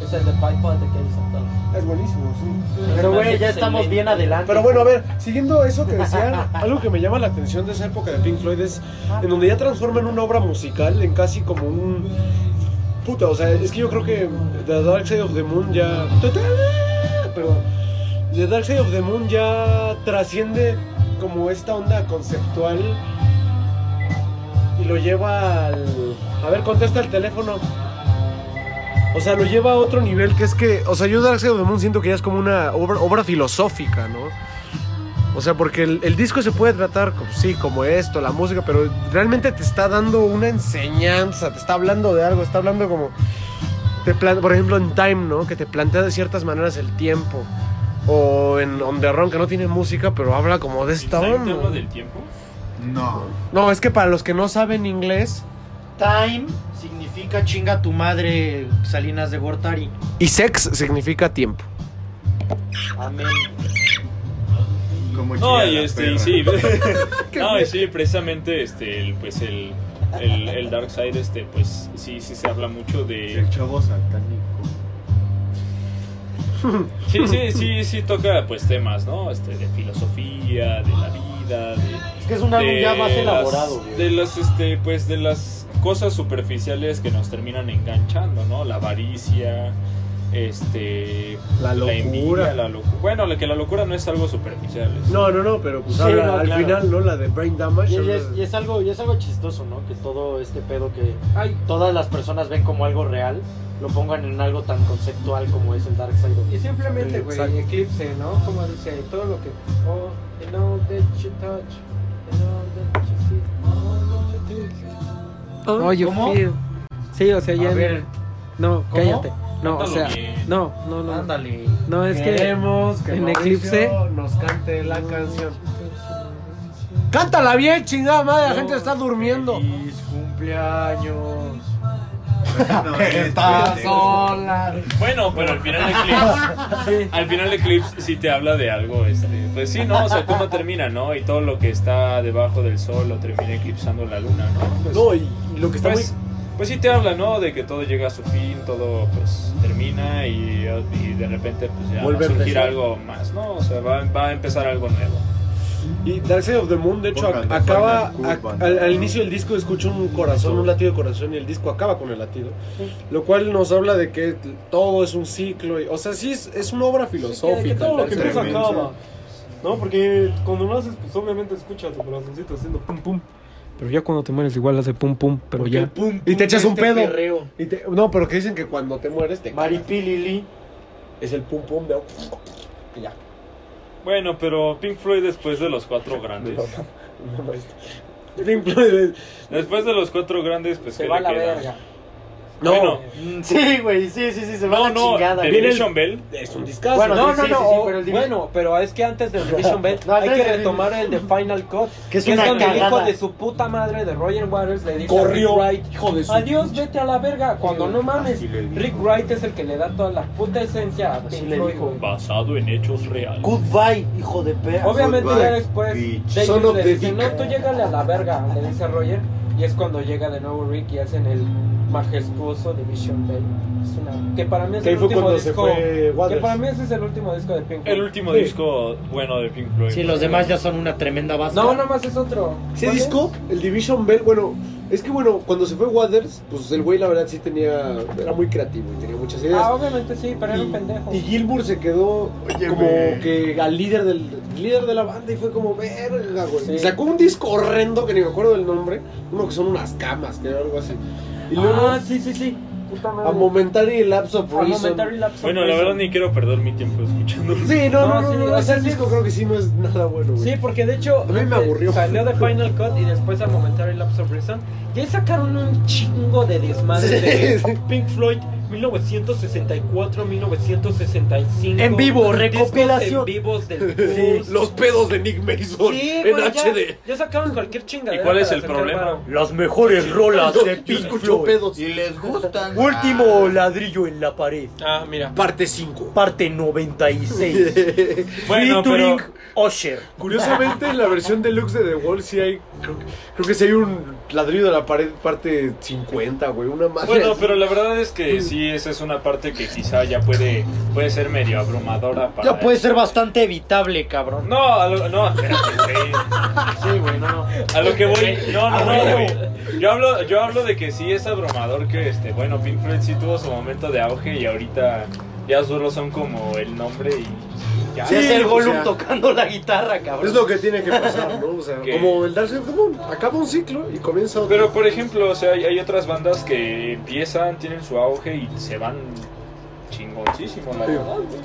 Speaker 9: es el de Pipe de Kevin Santana.
Speaker 5: Es buenísimo, sí.
Speaker 1: Pero güey, ya estamos bien adelante.
Speaker 5: Pero bueno, a ver, siguiendo eso que decían, *laughs* algo que me llama la atención de esa época de Pink Floyd es en donde ya transforman una obra musical en casi como un. Puta, o sea, es que yo creo que The Dark Side of the Moon ya. *laughs* Perdón. The Dark Side of the Moon ya trasciende como esta onda conceptual y lo lleva al. A ver, contesta el teléfono. O sea, lo lleva a otro nivel que es que. O sea, yo Dark Side of the Moon siento que ya es como una obra, obra filosófica, ¿no? O sea, porque el, el disco se puede tratar, como, sí, como esto, la música, pero realmente te está dando una enseñanza, te está hablando de algo, está hablando como. Te plan- por ejemplo, en Time, ¿no? Que te plantea de ciertas maneras el tiempo. O en On the Run, que no tiene música, pero habla como de esta
Speaker 2: ¿Está en
Speaker 5: onda.
Speaker 2: tema del tiempo?
Speaker 4: No.
Speaker 5: No, es que para los que no saben inglés.
Speaker 1: Time significa chinga tu madre, Salinas de Gortari.
Speaker 5: Y sex significa tiempo.
Speaker 1: Amén.
Speaker 4: Como
Speaker 2: No,
Speaker 4: chilla
Speaker 2: y
Speaker 4: la
Speaker 2: este,
Speaker 4: perra.
Speaker 2: y
Speaker 4: *laughs*
Speaker 2: sí. no, y sí, precisamente este, el, pues el, el, el Dark Side, este, pues sí, sí se habla mucho de.
Speaker 4: El
Speaker 1: *laughs*
Speaker 4: chavo satánico.
Speaker 2: Sí, sí, sí, sí toca pues temas, ¿no? Este, de filosofía, de la vida, de.
Speaker 1: Es que es un álbum
Speaker 2: de
Speaker 1: ya más
Speaker 2: las-
Speaker 1: elaborado,
Speaker 2: de
Speaker 1: güey.
Speaker 2: las, este, pues de las cosas superficiales que nos terminan enganchando, ¿no? La avaricia, este.
Speaker 5: La
Speaker 2: envidia, la locura. Bueno, lo que la locura no es algo superficial. es-
Speaker 5: No, no, no, pero pues
Speaker 1: Sí,
Speaker 5: habla-
Speaker 1: no,
Speaker 5: al
Speaker 1: claro.
Speaker 5: final, ¿no? La de Brain Damage.
Speaker 1: Y, y
Speaker 5: habla
Speaker 1: es, y
Speaker 5: de-
Speaker 1: es algo, y es algo chistoso, ¿no? Que todo este pedo que
Speaker 3: Ay,
Speaker 1: todas las personas ven como algo real, lo pongan en algo tan conceptual como es el Dark Side. of the
Speaker 3: y
Speaker 1: Moon.
Speaker 3: simplemente, güey,
Speaker 5: Exacto.
Speaker 3: eclipse, ¿no? Como dice, todo lo que. Oh, and all that you touch. and all that you see, all that you taste. Oh, you
Speaker 1: ¿Cómo?
Speaker 3: feel. Sí, o sea, ya.
Speaker 1: A
Speaker 3: en-
Speaker 1: ver.
Speaker 3: No, cállate. No, o
Speaker 2: Cántalo
Speaker 3: sea,
Speaker 2: bien.
Speaker 3: no, no, no.
Speaker 1: Ándale.
Speaker 3: No, es que.
Speaker 5: Queremos que
Speaker 3: en
Speaker 5: Mauricio
Speaker 3: Eclipse-
Speaker 5: nos cante la canción. Cántala bien, chingada madre, la gente está durmiendo.
Speaker 1: Feliz cumpleaños.
Speaker 4: No, este, está este,
Speaker 2: Bueno, pero al final de Clips, al final de Clips sí te habla de algo, este, pues sí, ¿no? O sea, cómo termina, ¿no? Y todo lo que está debajo del sol lo termina eclipsando la luna, ¿no?
Speaker 5: No, y, y lo que está
Speaker 2: Pues, pues sí te habla, ¿no? De que todo llega a su fin, todo pues termina y, y de repente pues ya
Speaker 5: Vuelve a
Speaker 2: va a surgir
Speaker 5: empezar.
Speaker 2: algo más, ¿no? O sea, va, va a empezar algo nuevo.
Speaker 5: muy. Y Dark Side of the Moon, de hecho, ac-
Speaker 4: Pongan de
Speaker 5: acaba.
Speaker 4: forma
Speaker 5: ac-
Speaker 4: curva,
Speaker 5: al,
Speaker 4: ¿no?
Speaker 5: al inicio del disco escucha un corazón, un latido de corazón, y el disco acaba con el latido. Lo cual nos habla de que todo es un ciclo. y- o sea, sí es, es una obra filosófica.
Speaker 9: que todo lo que
Speaker 5: el Dark
Speaker 9: empieza
Speaker 5: Side of the Moon.
Speaker 9: acaba. ¿No? Porque cuando lo haces, pues obviamente escucha tu corazoncito haciendo pum pum. Pero ya cuando te mueres igual hace pum pum, pero
Speaker 1: Porque el
Speaker 9: ya.
Speaker 1: pum,
Speaker 5: Y te
Speaker 1: pum
Speaker 5: echas
Speaker 1: de
Speaker 5: un
Speaker 1: este
Speaker 5: pedo.
Speaker 1: perreo.
Speaker 5: Y te- no, pero que dicen que cuando te mueres te.
Speaker 1: Maripilili.
Speaker 5: Es el pum pum de. y ya.
Speaker 2: Bueno, pero Pink Floyd después de los cuatro grandes.
Speaker 5: Pink Floyd es- *laughs*
Speaker 2: Después de los cuatro grandes, pues
Speaker 3: Se
Speaker 2: ¿qué
Speaker 3: va a
Speaker 2: le
Speaker 3: la
Speaker 2: queda?
Speaker 3: verga.
Speaker 5: No,
Speaker 2: Bueno,
Speaker 7: Mm, Sí, güey, sí, sí, sí, se va
Speaker 2: no,
Speaker 7: la
Speaker 2: no,
Speaker 7: chingada.
Speaker 2: The
Speaker 7: güey.
Speaker 2: Division Bell.
Speaker 5: es un discazo.
Speaker 7: Bueno,
Speaker 3: No,
Speaker 7: sí,
Speaker 3: no,
Speaker 7: sí,
Speaker 3: no.
Speaker 7: sí, sí,
Speaker 3: o-
Speaker 7: pero el Divi-
Speaker 3: bueno, pero es que antes
Speaker 7: *laughs*
Speaker 3: del Division Bell
Speaker 7: No,
Speaker 3: hay
Speaker 7: antes
Speaker 3: que
Speaker 7: del-
Speaker 3: retomar el de Final Cut.
Speaker 7: Que es
Speaker 3: que
Speaker 7: una
Speaker 3: es donde el hijo
Speaker 7: cagada.
Speaker 3: de su puta madre de Roger Waters le dice
Speaker 5: Corrió,
Speaker 3: a Rick Wright,
Speaker 5: hijo de su
Speaker 3: adiós, vete a la verga, cuando no mames,
Speaker 4: Así le dijo.
Speaker 3: Rick Wright es el que le da toda la puta esencia a
Speaker 7: Así
Speaker 3: Pink
Speaker 7: le
Speaker 3: Floyd,
Speaker 7: dijo.
Speaker 3: güey.
Speaker 2: Basado en hechos reales.
Speaker 7: Goodbye, hijo de perro.
Speaker 3: Obviamente
Speaker 4: Goodbye,
Speaker 3: ya después
Speaker 4: bitch.
Speaker 3: David
Speaker 5: Son of
Speaker 3: le
Speaker 5: the
Speaker 3: dice,
Speaker 5: dick.
Speaker 3: no, tú llégale a la verga, le dice a Roger, y es cuando llega de nuevo Rick y hacen el majestuoso Division Bell. Es una- que para mí es
Speaker 5: Que ahí
Speaker 3: el
Speaker 5: fue
Speaker 3: último
Speaker 5: cuando se
Speaker 3: disco.
Speaker 5: fue
Speaker 3: Que
Speaker 5: Waters.
Speaker 3: para mí ese es el último disco de Pink Floyd.
Speaker 2: El último
Speaker 5: Sí.
Speaker 2: disco bueno de Pink Floyd.
Speaker 7: Sí, los demás ya son una tremenda vasca.
Speaker 3: No, nada más es otro.
Speaker 5: Ese
Speaker 3: ¿Cuál es?
Speaker 5: disco, el Division Bell, bueno, es que bueno, cuando se fue Waters, pues el güey la verdad sí tenía, era muy creativo y tenía muchas ideas.
Speaker 3: Ah, obviamente sí, pero era un pendejo.
Speaker 5: y, y Gilmour se quedó
Speaker 4: Oye,
Speaker 5: como
Speaker 4: güey.
Speaker 5: que al líder del líder de la banda y fue como verga, güey.
Speaker 3: Sí.
Speaker 5: Y sacó un disco horrendo que ni me acuerdo del nombre, uno que son unas camas, que era algo así. Y luego
Speaker 3: Ah, sí, sí, sí. Puta madre.
Speaker 5: a Momentary Lapse of
Speaker 3: A
Speaker 5: Reason.
Speaker 3: Momentary Lapse of
Speaker 2: Bueno, la verdad
Speaker 3: Reason.
Speaker 2: ni quiero perder mi tiempo escuchándolo.
Speaker 5: Sí, no, no,
Speaker 3: No,
Speaker 5: no,
Speaker 3: sí,
Speaker 5: no,
Speaker 3: o
Speaker 5: ese
Speaker 3: sea, sí.
Speaker 5: disco creo que sí no es nada bueno, güey.
Speaker 3: Sí,
Speaker 5: *laughs*
Speaker 3: porque de hecho este,
Speaker 5: mí me aburrió.
Speaker 3: salió de Final Cut y después a Momentary Lapse of Reason. Y ahí sacaron un chingo de desmadre de
Speaker 5: Sí.
Speaker 3: Pink Floyd 1964, 1965.
Speaker 7: En vivo,
Speaker 3: discos
Speaker 7: recopilación.
Speaker 3: En vivos del blues.
Speaker 5: Los pedos de Nick Mason
Speaker 3: Sí,
Speaker 5: en
Speaker 3: güey, ya-
Speaker 5: HD.
Speaker 3: Ya sacaron cualquier chinga.
Speaker 2: ¿Y cuál es el problema?
Speaker 7: Las mejores rolas
Speaker 2: *laughs*
Speaker 7: de
Speaker 5: Yo
Speaker 7: Pink
Speaker 5: escucho
Speaker 7: Floyd.
Speaker 5: pedos.
Speaker 4: Y les gustan.
Speaker 7: Último ladrillo en la pared.
Speaker 3: Ah, mira.
Speaker 5: Parte *laughs* 5.
Speaker 7: Parte 96.
Speaker 2: Bueno, pero
Speaker 7: Featuring Usher.
Speaker 5: Curiosamente, en la versión deluxe de The Wall sí hay. Creo, que- creo que sí hay un ladrillo de la pared, parte 50, güey. Una madre.
Speaker 2: Bueno,
Speaker 5: así.
Speaker 2: pero la verdad es que sí, esa es una parte que quizá ya puede, puede ser medio abrumadora para...
Speaker 7: Ya puede ser bastante evitable, cabrón.
Speaker 2: No, a lo, no, espérate, güey.
Speaker 7: Sí, güey, no, no.
Speaker 2: A lo que voy... No, no, no, güey. Yo hablo, yo hablo de que sí es abrumador que, este, bueno, Pink Floyd sí tuvo su momento de auge y ahorita ya solo son como el nombre y ya.
Speaker 5: Sí,
Speaker 7: es el
Speaker 5: o
Speaker 7: Gollum
Speaker 5: sea.
Speaker 7: tocando la guitarra, cabrón.
Speaker 5: Es lo que tiene que pasar, ¿no? O sea,
Speaker 2: ¿Qué?
Speaker 5: como el Dark Side of the Moon. Acaba un ciclo y comienza otro.
Speaker 2: Pero, por ejemplo, o sea, hay, hay otras bandas que empiezan, tienen su auge y se van chingoncísimo, la
Speaker 5: Sí.
Speaker 2: verdad, güey.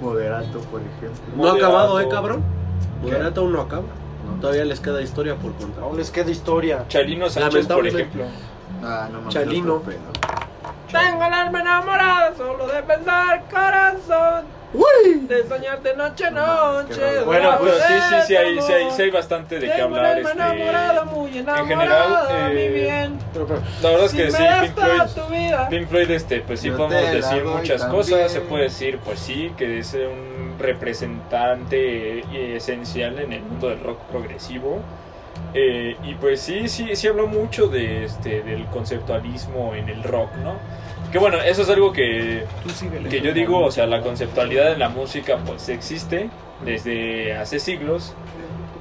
Speaker 4: Moderato, por ejemplo.
Speaker 5: no ha
Speaker 2: moderado.
Speaker 5: acabado, ¿eh, cabrón?
Speaker 4: ¿Qué?
Speaker 5: Moderato aún no acaba. Todavía les queda historia por contar.
Speaker 7: Aún les queda historia.
Speaker 2: Chalino Sánchez, por
Speaker 5: Lamentable.
Speaker 2: ejemplo.
Speaker 4: Ah, no mames.
Speaker 5: Chalino.
Speaker 4: otro pedo.
Speaker 3: Tengo el alma enamorada, solo de pensar, corazón. De soñarte noche a noche.
Speaker 2: Bueno,
Speaker 3: de
Speaker 2: pero sí, sí, sí hay,
Speaker 3: amor.
Speaker 2: sí, hay, sí hay bastante de qué
Speaker 3: Tengo el
Speaker 2: hablar.
Speaker 3: alma
Speaker 2: Este,
Speaker 3: enamorada, muy enamorada,
Speaker 2: general,
Speaker 3: mi
Speaker 2: eh,
Speaker 3: bien.
Speaker 2: la verdad es
Speaker 3: Si
Speaker 2: que
Speaker 3: me
Speaker 2: sí,
Speaker 3: das
Speaker 2: Pink
Speaker 3: toda
Speaker 2: Floyd,
Speaker 3: tu vida.
Speaker 2: Pink Floyd, este, pues sí
Speaker 4: Yo
Speaker 2: podemos
Speaker 4: te la
Speaker 2: decir
Speaker 4: doy
Speaker 2: muchas
Speaker 4: también.
Speaker 2: cosas. Se puede decir, pues sí, que es un representante eh, esencial en el mundo del rock progresivo. Eh, y pues sí, sí, sí habló mucho de este, del conceptualismo en el rock, ¿no? Que bueno, eso es algo que que yo digo, o sea, la conceptualidad en la música pues existe desde hace siglos,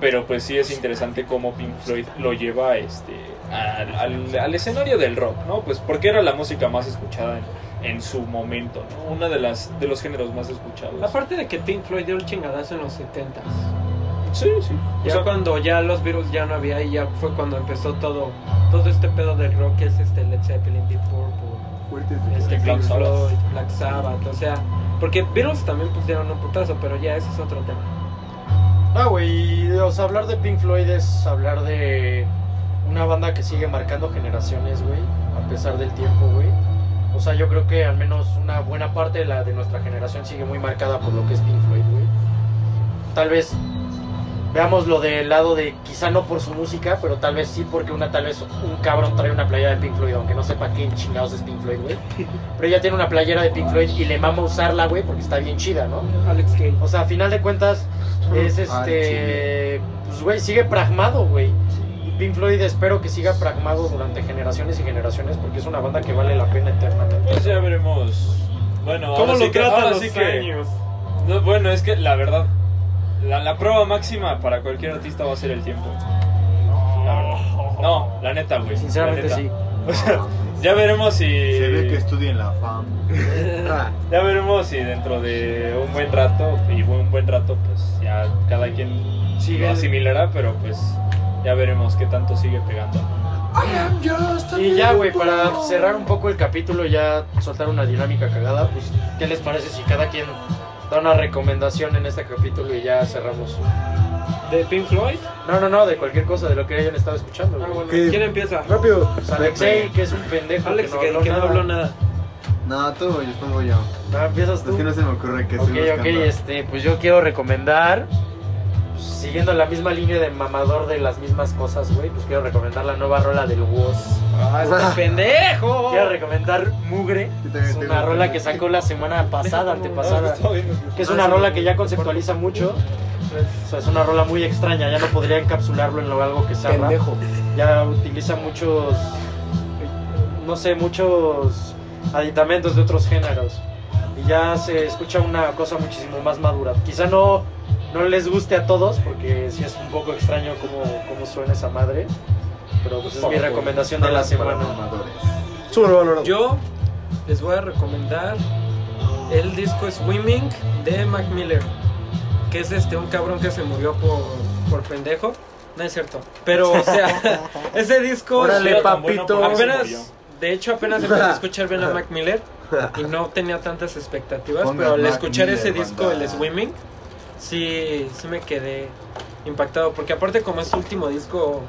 Speaker 2: pero pues sí es interesante cómo Pink Floyd lo lleva este, al, al- al escenario del rock, ¿no? Pues porque era la música más escuchada en, en su momento, ¿no? Una de las de los géneros más escuchados.
Speaker 3: Aparte de que Pink Floyd dio un chingadazo en los 70s.
Speaker 2: Sí, sí. O
Speaker 3: Ya
Speaker 2: sea,
Speaker 3: cuando ya los virus ya no había y ya fue cuando empezó todo todo este pedo del rock que es este Led Zeppelin, Deep Purple,
Speaker 4: Fuertes
Speaker 3: este
Speaker 2: Black
Speaker 3: Pink
Speaker 2: Sabbath.
Speaker 3: Floyd, Black Sabbath, o sea, porque virus también pusieron un putazo, pero ya ese es otro tema.
Speaker 7: No, güey, o sea, hablar de Pink Floyd es hablar de una banda que sigue marcando generaciones, güey, a pesar del tiempo, güey. O sea, yo creo que al menos una buena parte de la de nuestra generación sigue muy marcada por lo que es Pink Floyd, güey. Tal vez veamos lo del lado de quizá no por su música, pero tal vez sí porque una tal vez un cabrón trae una playera de Pink Floyd, aunque no sepa qué chingados es Pink Floyd, *laughs* güey. Pero ella tiene una playera de Pink Floyd y le mama usarla, güey, porque está bien chida, ¿no?
Speaker 3: Alex Gay.
Speaker 7: O sea, a final de cuentas, es este. Pues, güey, sigue pragmado, güey. Y Pink Floyd espero que siga pragmado durante generaciones y generaciones porque es una banda que vale la pena eternamente.
Speaker 2: pues ya veremos. Bueno, ahora
Speaker 9: ¿Cómo lo
Speaker 2: sí que,
Speaker 9: tratan
Speaker 2: ahora
Speaker 9: los
Speaker 2: sí que-
Speaker 9: años?
Speaker 2: No, bueno, es que la verdad, la, la prueba máxima para cualquier artista va a ser el tiempo. La verdad. No, la neta, güey. la
Speaker 7: Sinceramente
Speaker 2: neta.
Speaker 7: sí.
Speaker 2: O sea, ya veremos si.
Speaker 4: Se ve que estudien la fam.
Speaker 5: Ah.
Speaker 2: Ya veremos si dentro de un buen rato, y un buen rato, pues ya cada quien lo asimilará, pero pues ya veremos qué tanto sigue pegando.
Speaker 7: Y ya, güey, para cerrar un poco el capítulo, ya soltar una dinámica cagada, pues, ¿qué les parece si cada quien da una recomendación en este capítulo y ya cerramos?
Speaker 1: ¿De Pink Floyd?
Speaker 7: No, no, no, de cualquier cosa, de lo que hayan estado escuchando.
Speaker 3: Ah,
Speaker 7: güey.
Speaker 5: ¿Qué?
Speaker 1: ¿Quién empieza?
Speaker 5: Rápido.
Speaker 7: Pues Alexei, que es un pendejo.
Speaker 1: Alex,
Speaker 7: que
Speaker 1: que,
Speaker 7: no, habló
Speaker 1: que no
Speaker 7: nada.
Speaker 1: habló nada.
Speaker 4: No, tú, yo pongo yo.
Speaker 7: No, empiezas tú.
Speaker 4: Es que no se me ocurre que
Speaker 7: Ok,
Speaker 4: estoy
Speaker 7: ok,
Speaker 4: buscando.
Speaker 7: este, pues yo quiero recomendar, pues, siguiendo la misma línea de mamador de las mismas cosas, güey, pues quiero recomendar la nueva rola del Woz.
Speaker 1: ¡Ah, este pendejo!
Speaker 7: Quiero recomendar Mugre,
Speaker 4: Yo también
Speaker 7: es
Speaker 4: estoy
Speaker 7: una rola
Speaker 4: buscando.
Speaker 7: que sacó la semana pasada, antepasada, que es una rola que ya conceptualiza mucho. O sea, es una rola muy extraña, ya no podría encapsularlo en lo- algo que sea rap.
Speaker 5: Pendejo.
Speaker 7: Ya utiliza muchos, no sé, muchos aditamentos de otros géneros. Y ya se escucha una cosa muchísimo más madura. Quizá no, no les guste a todos, porque sí es un poco extraño cómo, cómo suena esa madre. Pero pues es mi recomendación de la semana.
Speaker 5: Súbelo, valorado.
Speaker 3: Yo les voy a recomendar el disco Swimming de Mac Miller, que es este un cabrón que se murió por, por pendejo. No es cierto. Pero, o sea, ese disco
Speaker 2: Pues,
Speaker 5: Órale,
Speaker 3: pero
Speaker 5: papito.
Speaker 3: apenas, de hecho, apenas empecé a escuchar bien a Mac Miller y no tenía tantas expectativas,
Speaker 4: Ponga
Speaker 3: pero al
Speaker 4: Mac
Speaker 3: escuchar
Speaker 4: Miller,
Speaker 3: ese disco,
Speaker 4: banda.
Speaker 3: el Swimming, sí, sí me quedé impactado, porque aparte como es su último disco,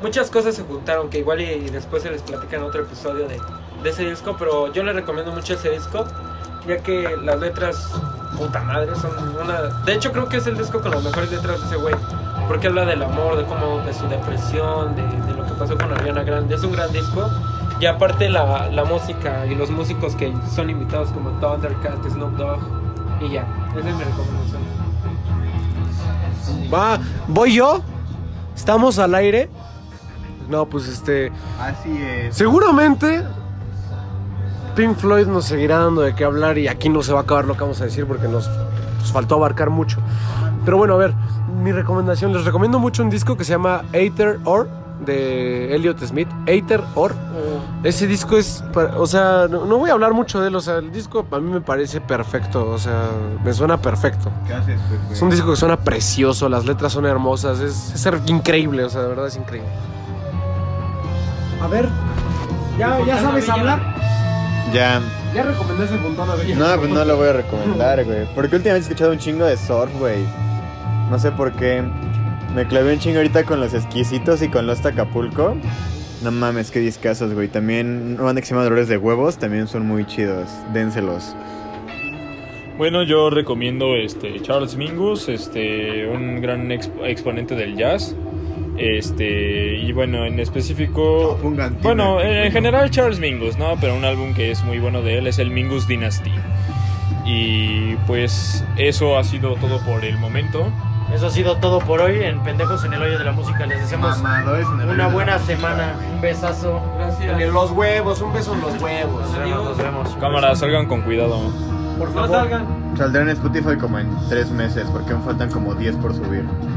Speaker 3: muchas cosas se juntaron, que igual y, y después se les platica en otro episodio de, de ese disco, pero yo le recomiendo mucho ese disco, ya que las letras, puta madre, son una... De hecho creo que es el disco con las mejores letras de ese güey, porque habla del amor, de cómo, de su depresión, de, de lo que pasó con Ariana Grande, es un gran disco. Y aparte la, la música y los músicos que son invitados como Thundercat, Snoop Dogg y ya, esa es mi recomendación.
Speaker 5: Va, voy yo. Estamos al aire. No, pues este.
Speaker 4: Así es.
Speaker 5: Seguramente Pink Floyd nos seguirá dando de qué hablar y aquí no se va a acabar lo que vamos a decir porque nos, nos faltó abarcar mucho. Pero bueno, a ver, mi recomendación, les recomiendo mucho un disco que se llama Aether Or de Elliot Smith. Aether Or. Ese disco es, para- o sea, no, no voy a hablar mucho de él, o sea, el disco a mí me parece perfecto, o sea, me suena perfecto.
Speaker 4: ¿Qué haces, Pepe?
Speaker 5: Es un disco que suena precioso, las letras son hermosas, es, es er- increíble, o sea, de verdad es increíble. A ver, ¿ya, ya sabes hablar?
Speaker 4: Ya.
Speaker 5: ¿Ya recomendaste Fontana Bella?
Speaker 4: No, pues no lo voy a recomendar, güey. Porque últimamente he escuchado un chingo de surf, güey. No sé por qué. Me clavé un chingo ahorita con los exquisitos y con los Acapulco. No mames, qué discazos, güey. También una banda que se llama Dolores de Huevos, también son muy chidos. Dénselos.
Speaker 2: Bueno, yo recomiendo este Charles Mingus, este un gran exp- exponente del jazz. Este, y bueno, en
Speaker 4: Oh,
Speaker 7: Oh,
Speaker 2: específico
Speaker 4: Chapungantina.
Speaker 2: Bueno, en, en general Charles Mingus, ¿no? Pero un álbum que es muy bueno de él es el Mingus Dynasty. Y pues eso ha sido todo por el momento.
Speaker 7: Eso ha sido todo por hoy en Pendejos en el Hoyo de la Música. Les deseamos
Speaker 4: Mamadores en el
Speaker 7: eh, pues, una
Speaker 4: hoyo.
Speaker 7: buena semana. Un besazo.
Speaker 3: Gracias.
Speaker 5: En los huevos, un beso en los huevos.
Speaker 7: Nos vemos, nos vemos.
Speaker 2: Cámara, salgan con cuidado.
Speaker 5: Por
Speaker 3: No
Speaker 5: favor.
Speaker 3: salgan.
Speaker 4: Saldrán en Spotify como en tres meses, porque aún faltan como 10 por subir.